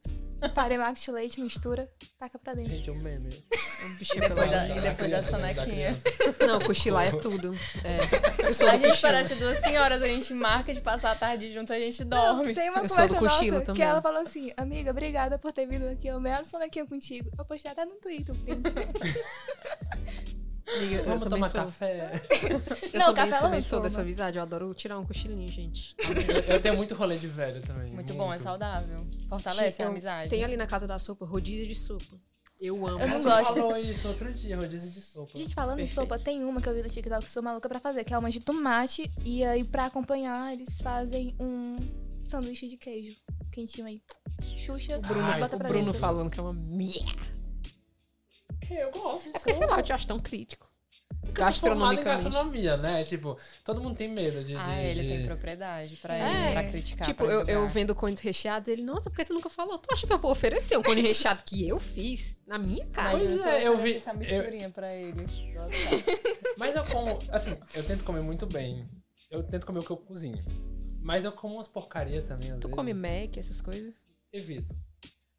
Speaker 3: Farem lácteo, leite, mistura, taca pra dentro.
Speaker 1: Gente, é um meme. Tipo,
Speaker 2: Bicho,
Speaker 4: E depois
Speaker 2: pelo
Speaker 4: da-
Speaker 2: amor de
Speaker 4: e depois da
Speaker 1: criança, né,
Speaker 4: sonequinha.
Speaker 1: criança.
Speaker 2: Deus. Não, cochilar é tudo. É. Eu sou
Speaker 4: A
Speaker 2: do
Speaker 4: gente
Speaker 2: cochilo.
Speaker 4: parece duas senhoras, a gente marca de passar a tarde junto, a gente dorme.
Speaker 3: Tem uma
Speaker 2: Eu sou
Speaker 3: conversa
Speaker 2: do cochilo
Speaker 3: nossa que
Speaker 2: também.
Speaker 3: ela falou assim, amiga, obrigada por ter vindo aqui, eu me sonequinha contigo. Eu postei até no Twitter o print.
Speaker 2: Amiga, eu
Speaker 1: Vamos
Speaker 2: também
Speaker 1: tomar
Speaker 2: sou.
Speaker 1: café.
Speaker 2: Eu
Speaker 3: Não,
Speaker 2: sou bem,
Speaker 3: café ela
Speaker 2: também
Speaker 3: não
Speaker 2: sou
Speaker 3: toma.
Speaker 2: dessa amizade. Eu adoro tirar um cochilinho, gente.
Speaker 1: Eu, eu tenho muito rolê de velho também.
Speaker 4: Muito bom, é saudável.
Speaker 2: Gente,
Speaker 4: Fortalece a
Speaker 2: eu-
Speaker 4: Tá, é amizade.
Speaker 2: um- Tem ali na casa da sopa, rodízio de sopa. Eu amo.
Speaker 3: Eu não
Speaker 1: Você
Speaker 3: gosto.
Speaker 1: falou isso outro dia, rodízio de sopa.
Speaker 3: Gente, falando em sopa,
Speaker 2: Perfeito.
Speaker 3: tem uma que eu vi no TikTok que eu sou maluca pra fazer, que é uma de tomate. E aí, pra acompanhar, eles fazem um sanduíche de queijo quentinho aí. Xuxa,
Speaker 2: O Bruno,
Speaker 1: Ai,
Speaker 3: Ah, bota
Speaker 2: o
Speaker 3: pra
Speaker 2: Bruno
Speaker 3: dentro. né?
Speaker 2: falando que é uma merda.
Speaker 1: Eu gosto de
Speaker 2: É porque, sei lá, eu te acho tão crítico.
Speaker 1: Eu sou é formado em
Speaker 2: Gastronomicamente.
Speaker 1: gastronomia, né? Tipo, todo mundo tem medo de...
Speaker 4: Ah,
Speaker 1: de-
Speaker 4: ele
Speaker 1: de-
Speaker 4: tem propriedade pra
Speaker 2: É.
Speaker 4: isso, pra criticar.
Speaker 2: Tipo,
Speaker 4: pra
Speaker 2: eu, eu
Speaker 4: julgar.
Speaker 2: vendo cones recheados, ele, nossa, por que tu nunca falou? Tu acha que eu vou oferecer um cone recheado que eu fiz na minha casa?
Speaker 1: Pois
Speaker 4: só
Speaker 1: é, eu
Speaker 4: ofereço
Speaker 1: vi-
Speaker 4: Essa
Speaker 1: eu-
Speaker 4: misturinha pra ele.
Speaker 1: Mas eu como... Assim, eu tento comer muito bem. Eu tento comer o que eu cozinho. Mas eu como umas porcaria também, às
Speaker 2: Tu
Speaker 1: vezes.
Speaker 2: come Mac, essas coisas?
Speaker 1: Evito.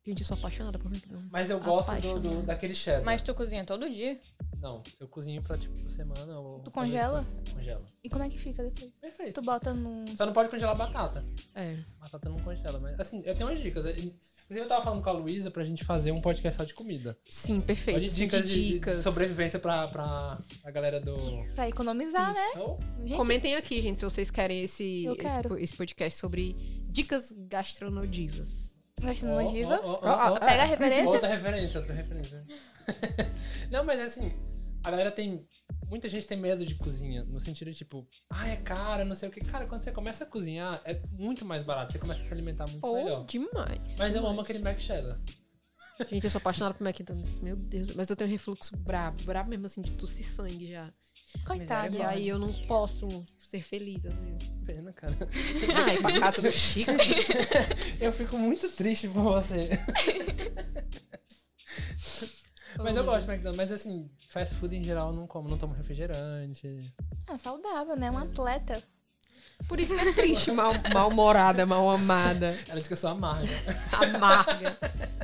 Speaker 2: Gente, eu sou apaixonada por McDonald's.
Speaker 1: Mas eu gosto do,
Speaker 2: Apaixonada.
Speaker 1: do- daquele cheddar.
Speaker 4: Mas tu cozinha todo dia?
Speaker 1: Não, eu cozinho pra, tipo, semana ou...
Speaker 3: Tu congela?
Speaker 1: Congela.
Speaker 3: E como é que fica depois?
Speaker 1: Perfeito.
Speaker 3: Tu bota num.
Speaker 1: Só não pode congelar batata.
Speaker 2: É.
Speaker 1: Batata não congela, mas assim, eu tenho umas dicas. Inclusive, eu tava falando com a Luísa pra gente fazer um podcast só de comida.
Speaker 2: Sim,
Speaker 1: Só
Speaker 2: perfeito.
Speaker 1: de dicas de, de sobrevivência pra, pra a galera do.
Speaker 3: Pra economizar, né?
Speaker 1: Então,
Speaker 3: Gente,
Speaker 2: Comentem aqui, gente, se vocês querem esse,
Speaker 3: Eu
Speaker 2: esse
Speaker 3: quero.
Speaker 2: po- esse podcast sobre dicas gastronodivas.
Speaker 3: gastando
Speaker 1: ó,
Speaker 3: uma diva.
Speaker 1: ó, ó,
Speaker 2: Ó,
Speaker 1: ó, ó.
Speaker 3: Pega a referência.
Speaker 1: Outra referência, outra referência. não, mas assim, a galera tem. Muita gente tem medo de cozinha, no sentido tipo, ah, é cara, não sei o que. Cara, quando você começa a cozinhar, é muito mais barato, você começa a se alimentar muito
Speaker 2: Ou
Speaker 1: melhor.
Speaker 2: demais.
Speaker 1: Mas eu
Speaker 2: demais.
Speaker 1: amo aquele Mac Cheddar.
Speaker 2: Gente, eu sou apaixonada por McDonald's. Meu Deus, mas eu tenho um refluxo brabo, brabo mesmo assim, de tossir sangue já.
Speaker 3: Coitado.
Speaker 2: E
Speaker 4: Misericórdia.
Speaker 2: aí Ah, eu não posso ser feliz às vezes.
Speaker 1: Pena, cara.
Speaker 2: Ai, pra casa do Chico.
Speaker 1: Eu fico muito triste por você. Mas eu gosto de McDonald's, mas assim, fast food em geral eu não como, não tomo refrigerante.
Speaker 3: Ah, saudável, né? Um atleta.
Speaker 2: Por isso que é triste, mal- mal-humorada, mal-amada,
Speaker 1: Ela disse que eu sou amarga.
Speaker 2: amarga,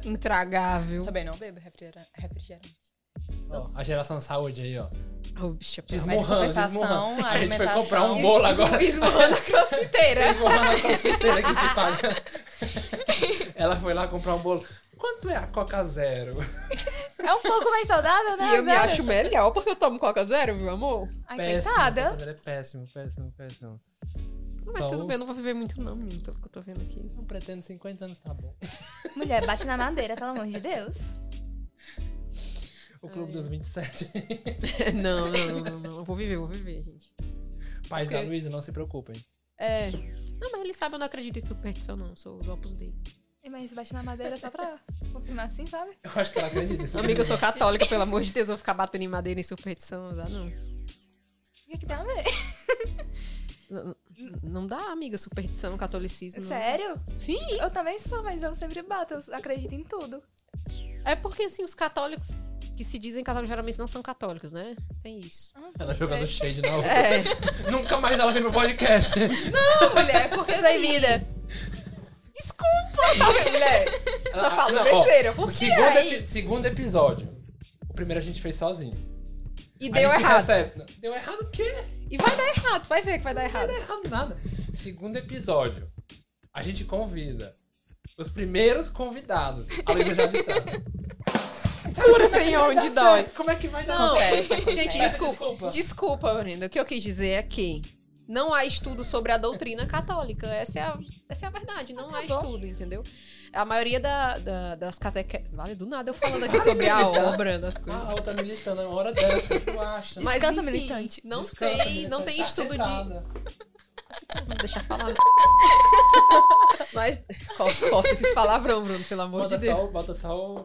Speaker 2: intragável.
Speaker 4: Também não bebo refrigera- refrigerante.
Speaker 1: ó, a geração saúde aí, ó.
Speaker 2: Oh, bicho, pelo
Speaker 4: Mas em
Speaker 1: Esmurrando,
Speaker 4: compensação,
Speaker 1: esmurrando.
Speaker 4: a
Speaker 1: A gente foi
Speaker 4: alimentação-
Speaker 1: comprar um bolo agora.
Speaker 2: Esmurrando a crossfiteira.
Speaker 1: Esmurrando a crossfiteira aqui que paga. Ela foi lá comprar um bolo. Quanto é a Coca Zero?
Speaker 3: É um pouco mais saudável, né?
Speaker 2: E eu me
Speaker 3: Zero?
Speaker 2: acho melhor porque eu tomo Coca Zero, meu amor.
Speaker 3: Ai,
Speaker 1: Péssimo.
Speaker 3: coitada.
Speaker 1: Coca Zero é péssimo, péssimo, péssimo.
Speaker 2: Mas
Speaker 1: Só
Speaker 2: tudo
Speaker 1: o-
Speaker 2: bem, eu não vou viver muito não, menino, pelo que eu tô vendo aqui.
Speaker 1: Não pretendo 50 anos, tá bom.
Speaker 3: Mulher, bate na madeira, pelo amor de Deus.
Speaker 1: O Clube
Speaker 2: Ai.
Speaker 1: dos 27.
Speaker 2: não, não, não, não, eu vou viver, eu vou viver, gente.
Speaker 1: Pais da
Speaker 2: Ok.
Speaker 1: Luísa, não se preocupem.
Speaker 2: É. Não, mas ele sabe, eu não acredito em superstição, não. Sou do Opus Dei.
Speaker 3: E, Mas bate na madeira só pra confirmar assim, sabe?
Speaker 1: Eu acho que ela acredita. isso.
Speaker 2: Amiga, eu sou católica, pelo amor de Deus, eu vou ficar batendo em madeira em superstição, não dá, não.
Speaker 3: O que, que tem a ver?
Speaker 2: N- n- Não dá, amiga, superstição, catolicismo. não.
Speaker 3: Sério?
Speaker 2: Sim.
Speaker 3: Eu também sou, mas eu sempre bato. Eu acredito em tudo.
Speaker 2: É porque, assim, os católicos que se dizem católicos geralmente não são católicos, né? Tem isso.
Speaker 3: Ah,
Speaker 1: Ela
Speaker 3: tudo
Speaker 1: jogando
Speaker 3: certo.
Speaker 1: shade na outra.
Speaker 2: É,
Speaker 1: Nunca mais ela vem pro podcast.
Speaker 2: mulher, porque assim...
Speaker 3: Proibida.
Speaker 2: Desculpa, mulher. Só falo
Speaker 1: Ah, Não, ó,
Speaker 2: besteira.
Speaker 1: o
Speaker 2: Por que
Speaker 1: segundo,
Speaker 2: aí?
Speaker 1: epi- segundo episódio. O primeiro a gente fez sozinho.
Speaker 2: E
Speaker 1: A
Speaker 2: deu
Speaker 1: gente
Speaker 2: errado.
Speaker 1: recebe- Deu errado o quê?
Speaker 2: E vai dar errado, vai ver que vai dar errado.
Speaker 1: Deu tá errado nada. Segundo episódio. A gente convida. Os primeiros convidados. A Luísa já está.
Speaker 2: Cura, Senhor, onde dói.
Speaker 1: Como é que vai dar?
Speaker 2: Não,
Speaker 4: Acontece, acontece.
Speaker 2: gente,
Speaker 1: Desculpa.
Speaker 2: desculpa. Desculpa, Brenda. O que eu quis dizer é que não há estudo sobre a doutrina católica. Essa é a, essa é a verdade. Não há
Speaker 3: bom.
Speaker 2: estudo, entendeu? A maioria da- da- das catequeses. Vale, do nada eu falando aqui sobre a obra das coisas.
Speaker 1: Ah, a outra militando. É hora dela. O que tu acha?
Speaker 2: Mas,
Speaker 3: Descansa,
Speaker 2: enfim,
Speaker 3: militante.
Speaker 2: Não
Speaker 1: Descansa,
Speaker 2: tem,
Speaker 1: militante.
Speaker 2: não tem
Speaker 1: Tá
Speaker 2: estudo de.
Speaker 1: sentada.
Speaker 2: Deixa eu falar. Mas. Corta, corta esses palavrão, Bruno, pelo amor
Speaker 1: Bota
Speaker 2: de Deus.
Speaker 1: só, o- bota só o,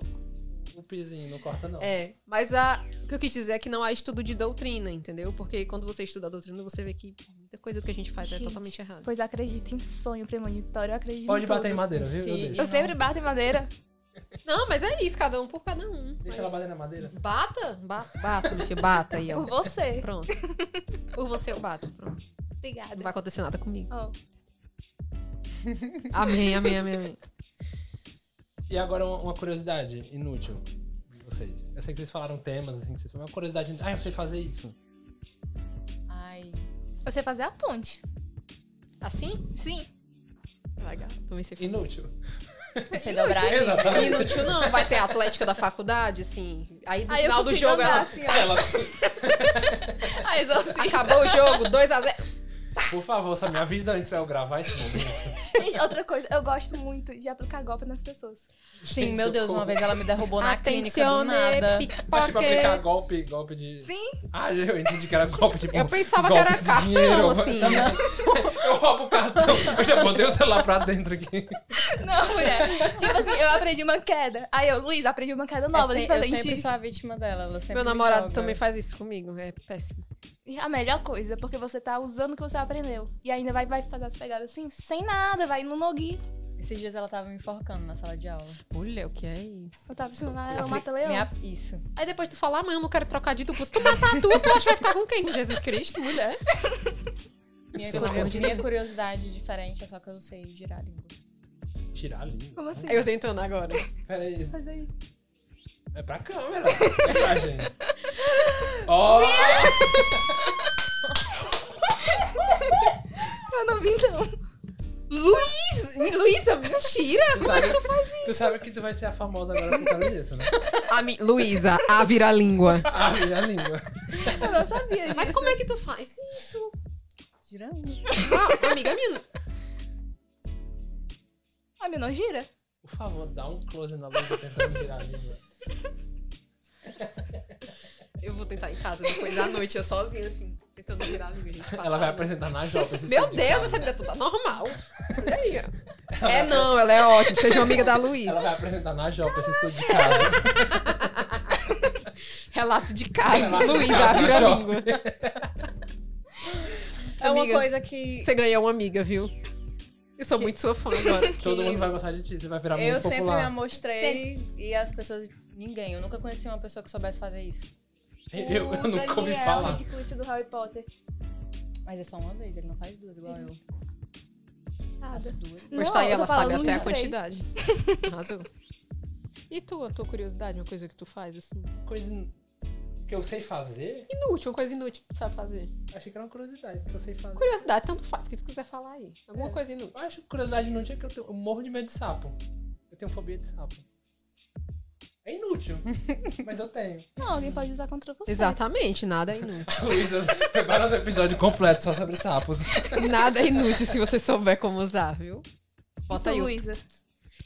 Speaker 1: o pizinho, não corta não.
Speaker 2: É, mas a, o que eu quis dizer é que não há estudo de doutrina, entendeu? Porque quando você estuda a doutrina, você vê que muita coisa que a gente faz é
Speaker 3: Gente,
Speaker 2: totalmente errada.
Speaker 3: Pois acredito em sonho premonitório, eu acredito
Speaker 1: Pode
Speaker 3: em
Speaker 1: bater em
Speaker 3: tudo.
Speaker 1: madeira, viu? Eu
Speaker 2: Sim.
Speaker 1: deixo.
Speaker 3: Eu sempre bato em madeira.
Speaker 2: Não, mas é isso, cada um por cada um.
Speaker 1: Deixa
Speaker 2: mas-
Speaker 1: ela bater na madeira.
Speaker 2: Bata? Ba- bata, meu filho, bata aí, ó.
Speaker 3: Por você.
Speaker 2: Pronto. Por você eu bato, pronto.
Speaker 3: Obrigada.
Speaker 2: Não vai acontecer nada comigo.
Speaker 3: Oh,
Speaker 2: Amém, amém, amém, amém.
Speaker 1: E agora uma uma curiosidade inútil de vocês. Eu sei que vocês falaram temas, assim, que vocês falaram. Uma curiosidade inútil. Ah, eu sei fazer isso.
Speaker 4: Ai,
Speaker 3: eu sei fazer a ponte.
Speaker 2: Assim?
Speaker 3: Sim.
Speaker 2: Legal. Também sei fazer.
Speaker 1: Inútil.
Speaker 4: Não sei dobrar.
Speaker 1: Exatamente.
Speaker 2: Inútil não, vai ter a atlética da faculdade, assim. Aí no
Speaker 3: Aí eu
Speaker 2: final do
Speaker 3: consigo
Speaker 2: jogo
Speaker 3: andar
Speaker 2: ela.
Speaker 3: assim, ó.
Speaker 1: Ela,
Speaker 3: A exorcista.
Speaker 2: Acabou o jogo, 2x0.
Speaker 1: por favor, só me avisa antes pra eu gravar esse momento.
Speaker 3: Gente, outra coisa, eu gosto muito de aplicar golpe nas pessoas.
Speaker 4: Sim, meu Deus, uma
Speaker 1: Socorro.
Speaker 4: vez ela me derrubou na clínica do
Speaker 2: Atencione,
Speaker 4: nada.
Speaker 1: Mas tipo, aplicar
Speaker 2: pickpocket.
Speaker 1: golpe, golpe de...
Speaker 3: Sim.
Speaker 1: Ah, eu entendi que era golpe de...
Speaker 2: Eu pensava que
Speaker 1: um golpe
Speaker 2: era
Speaker 1: de
Speaker 2: cartão,
Speaker 1: dinheiro.
Speaker 2: assim.
Speaker 1: Eu roubo o cartão. Eu já botei o celular pra dentro aqui.
Speaker 3: Não, mulher. tipo assim, eu aprendi uma queda. Aí eu, Luiz, aprendi uma queda nova.
Speaker 4: É,
Speaker 3: deixa
Speaker 4: eu, se-
Speaker 3: eu fazer
Speaker 4: eu sempre
Speaker 3: em ti.
Speaker 4: sou a vítima dela. Ela sempre
Speaker 2: Meu
Speaker 4: me
Speaker 2: namorado
Speaker 4: joga.
Speaker 2: também faz isso comigo, é péssimo.
Speaker 3: E A melhor coisa, porque você tá usando o que você aprendeu. E ainda vai, vai fazer as pegadas assim, sem nada, vai no Nogi.
Speaker 4: Esses dias ela tava me enforcando na sala de aula.
Speaker 2: Mulher, o que é isso?
Speaker 3: Eu tava ensinando ela a
Speaker 4: Apli-
Speaker 3: mata leão.
Speaker 4: me ap- Isso.
Speaker 2: Aí depois tu fala, ah, mãe, eu não quero trocar de duplo. Se tu matar tu, tu acha que vai ficar com quem? Com Jesus Cristo, mulher?
Speaker 4: Minha,
Speaker 1: Pelo
Speaker 4: curio-
Speaker 2: amor de
Speaker 4: minha curiosidade diferente é só que eu sei girar a língua.
Speaker 1: Tirar a língua.
Speaker 3: Como assim?
Speaker 2: Eu tentando agora.
Speaker 1: Peraí.
Speaker 3: Faz aí.
Speaker 1: É pra câmera. É pra gente. Ó!
Speaker 3: Eu não vi, não.
Speaker 2: Luiz! Luísa, mentira!
Speaker 1: Tu sabe, que tu faz isso? Tu sabe que tu vai ser a famosa agora por causa disso, né?
Speaker 2: A mi- Luísa, a vira-língua.
Speaker 1: Ah, a língua.
Speaker 3: Eu não sabia disso.
Speaker 2: Mas como é que tu faz isso?
Speaker 4: Girar a língua.
Speaker 2: Ah, amiga minha.
Speaker 3: A minha não gira?
Speaker 1: Por favor, dá um close na Luísa tentando girar a língua.
Speaker 2: Eu vou tentar em casa depois da noite, eu sozinha, assim, tentando girar a língua. Gente,
Speaker 1: Ela vai
Speaker 2: passada.
Speaker 1: apresentar na Jopa esse
Speaker 2: Meu
Speaker 1: estúdio de
Speaker 2: Deus,
Speaker 1: casa.
Speaker 2: essa menina tudo tá normal. Olha aí, ó. É não, ela é ótima. Seja uma amiga da
Speaker 1: Ela
Speaker 2: Luísa.
Speaker 1: vai apresentar na Jopa esse estúdio de casa.
Speaker 2: Relato de casa.
Speaker 1: Relato de
Speaker 2: Luísa,
Speaker 1: casa, Jó.
Speaker 2: a vira-língua.
Speaker 4: É uma
Speaker 2: Amiga.
Speaker 4: coisa que
Speaker 2: Você ganhou uma amiga, viu? Eu sou muito sua fã agora.
Speaker 1: Todo mundo vai gostar de ti, você vai
Speaker 2: tá
Speaker 1: virar
Speaker 4: eu
Speaker 1: muito
Speaker 4: sempre me
Speaker 1: popular.
Speaker 4: amostrei e as pessoas... Ninguém. Eu nunca conheci uma pessoa que soubesse fazer isso.
Speaker 1: Eu, eu
Speaker 3: O
Speaker 1: nunca ouvi
Speaker 3: Daniel
Speaker 1: falar.
Speaker 3: Radcliffe do Harry Potter.
Speaker 4: Mas é só uma vez, ele não faz duas igual
Speaker 3: Uhum.
Speaker 4: eu. Faço
Speaker 3: Sabe?
Speaker 4: duas.
Speaker 2: Pois tá aí,
Speaker 3: eu tô
Speaker 2: ela sabe
Speaker 3: falando
Speaker 2: até a
Speaker 3: dos três.
Speaker 2: quantidade. Arrasou. E tu, a tua curiosidade, uma coisa que tu faz, assim?
Speaker 1: Coisa que eu sei fazer?
Speaker 2: Inútil, uma coisa inútil que tu sabe fazer.
Speaker 1: Achei que era uma curiosidade, porque eu sei fazer.
Speaker 2: Curiosidade, tanto faz, o que tu quiser falar aí. Alguma
Speaker 1: É.
Speaker 2: coisa inútil.
Speaker 1: Eu acho que curiosidade inútil é que eu, tenho, eu morro de medo de sapo. Eu tenho fobia de sapo. É inútil, mas eu tenho.
Speaker 3: Não, alguém pode usar contra você.
Speaker 2: Exatamente, nada é inútil.
Speaker 1: A Luísa prepara um episódio completo só sobre sapos.
Speaker 2: nada é inútil se você souber como usar, viu? Bota aí. o-
Speaker 3: Luísa.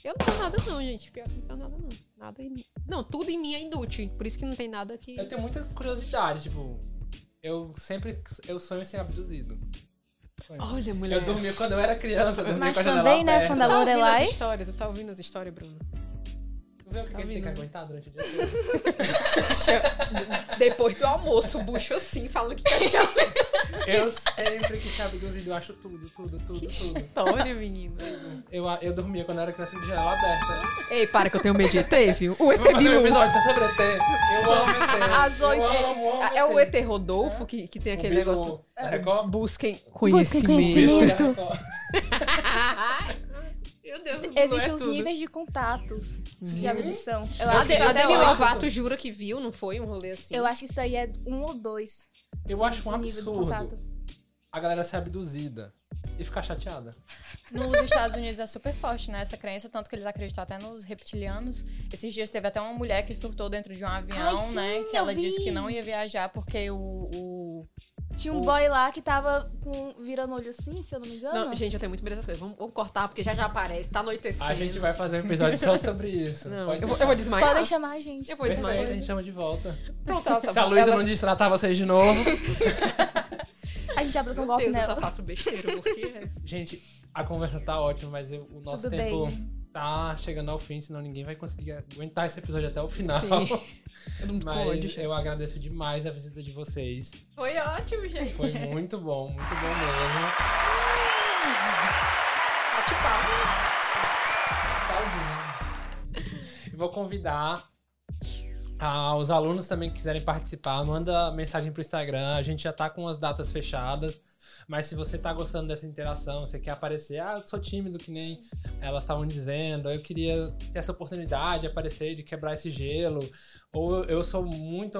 Speaker 2: Eu não tenho nada não, gente. Pior que não tenho nada não. Nada inú- Não, tudo em mim é inútil. Por isso que não tem nada que...
Speaker 1: Eu tenho muita curiosidade, tipo. Eu sempre. Eu sonho sem abduzido. Sonho.
Speaker 2: Olha, mulher.
Speaker 1: eu dormia quando eu era criança, eu dormia
Speaker 3: Mas
Speaker 1: com a janela
Speaker 3: também, né,
Speaker 1: aberta.
Speaker 3: Fanda-
Speaker 2: Tu tá ouvindo
Speaker 3: Lorelai?
Speaker 2: as histórias, tu tá ouvindo as histórias, Bruno?
Speaker 1: Tu vê o que, que a gente tem que aguentar durante o dia todo?
Speaker 2: Depois do almoço, o bucho assim, falando que quer ser assim.
Speaker 1: Eu sempre que ser abduzido, eu acho tudo, tudo, tudo,
Speaker 2: Que
Speaker 1: tudo.
Speaker 2: história, menina.
Speaker 1: Eu, eu dormia quando eu era criança com janela aberta.
Speaker 2: Ei, para que eu tenho medo de ET, viu? O ET
Speaker 1: Vamos fazer um
Speaker 2: Bilu.
Speaker 1: episódio só sobre ET. Eu amo ET.
Speaker 3: Às
Speaker 1: Eu
Speaker 3: oito-
Speaker 1: amo, é amo
Speaker 2: É o ET Rodolfo que, que tem aquele
Speaker 1: Bilu,
Speaker 2: negócio. É.
Speaker 1: da Record?
Speaker 2: Busquem
Speaker 3: Busquem
Speaker 2: conhecimento.
Speaker 3: conhecimento.
Speaker 1: Bilu da Record.
Speaker 2: Meu Deus, Bilu
Speaker 3: Existem
Speaker 2: é
Speaker 3: os
Speaker 2: tudo.
Speaker 3: níveis de contatos de
Speaker 2: Hum.
Speaker 3: abdução. Eu
Speaker 2: A,
Speaker 3: acho que
Speaker 2: de,
Speaker 3: isso
Speaker 2: a
Speaker 3: até
Speaker 2: Demi
Speaker 3: hoje-
Speaker 2: Lovato jura que viu, não foi um rolê assim?
Speaker 3: Eu acho que isso aí é um ou dois.
Speaker 1: Eu acho um
Speaker 3: o nível do
Speaker 1: absurdo
Speaker 3: contato.
Speaker 1: a galera ser abduzida e ficar chateada.
Speaker 4: Nos Estados Unidos é super forte, né? Essa crença, tanto que eles acreditam até nos reptilianos. Esses dias teve até uma mulher que surtou dentro de um avião,
Speaker 3: sim,
Speaker 4: né? Que
Speaker 3: eu
Speaker 4: ela
Speaker 3: vi.
Speaker 4: disse que não ia viajar porque o. o-
Speaker 3: Tinha um
Speaker 4: O-
Speaker 3: boy lá que tava com, virando olho assim, se eu não me engano.
Speaker 2: Não, gente, eu tenho muito medo dessas coisas. Vamos, vamos cortar, porque já já aparece, tá anoitecendo.
Speaker 1: A gente vai fazer um episódio só sobre isso.
Speaker 2: Não,
Speaker 1: Pode
Speaker 2: eu, vou, eu vou desmaiar.
Speaker 3: Podem chamar a gente.
Speaker 2: Eu vou
Speaker 1: Perfeito,
Speaker 2: desmaiar.
Speaker 1: a gente chama de volta.
Speaker 2: Pronto, ela
Speaker 1: Se a Luísa não destratar vocês de novo.
Speaker 3: A gente aplica um
Speaker 2: Meu
Speaker 3: golpe
Speaker 2: Deus, eu só
Speaker 3: nela.
Speaker 2: faço besteira, porque... é.
Speaker 1: Gente, a conversa tá ótima, mas eu- o nosso
Speaker 3: Tudo
Speaker 1: tempo
Speaker 3: bem.
Speaker 1: tá chegando ao fim, senão ninguém vai conseguir aguentar esse episódio até o final.
Speaker 2: Sim. Todo mundo
Speaker 1: Mas
Speaker 2: pode, gente.
Speaker 1: eu agradeço demais a visita de vocês.
Speaker 2: Foi ótimo, gente.
Speaker 1: Foi muito bom, muito bom mesmo.
Speaker 2: Bate palma.
Speaker 1: Aplaudindo. Eu Vou convidar ah, os alunos também que quiserem participar, manda mensagem pro Instagram. A gente já tá com as datas fechadas. Mas se você tá gostando dessa interação, você quer aparecer, ah, eu sou tímido, que nem elas estavam dizendo, eu queria ter essa oportunidade de aparecer, de quebrar esse gelo, ou eu sou muito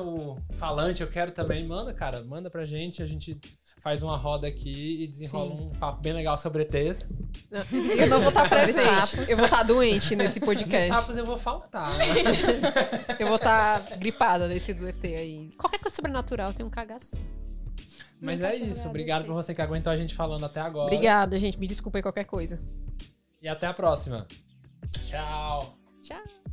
Speaker 1: falante, eu quero também, manda, cara, manda pra gente, a gente faz uma roda aqui e desenrola
Speaker 4: Sim.
Speaker 1: um papo bem legal sobre ETs.
Speaker 2: Eu não vou estar
Speaker 4: Sobre
Speaker 2: presente.
Speaker 4: sapos.
Speaker 2: Eu vou estar doente nesse
Speaker 1: De
Speaker 2: podcast.
Speaker 1: sapos eu vou faltar. né?
Speaker 2: Eu vou estar gripada nesse do ET aí. Qualquer coisa sobrenatural tem um cagaço.
Speaker 1: Mas
Speaker 3: Nunca
Speaker 1: é
Speaker 3: tinha
Speaker 1: isso.
Speaker 3: olhado
Speaker 1: Obrigado
Speaker 3: assim.
Speaker 1: por você que aguentou a gente falando até agora.
Speaker 2: Obrigada, gente. Me desculpa aí qualquer coisa.
Speaker 1: E até a próxima. Tchau.
Speaker 2: Tchau.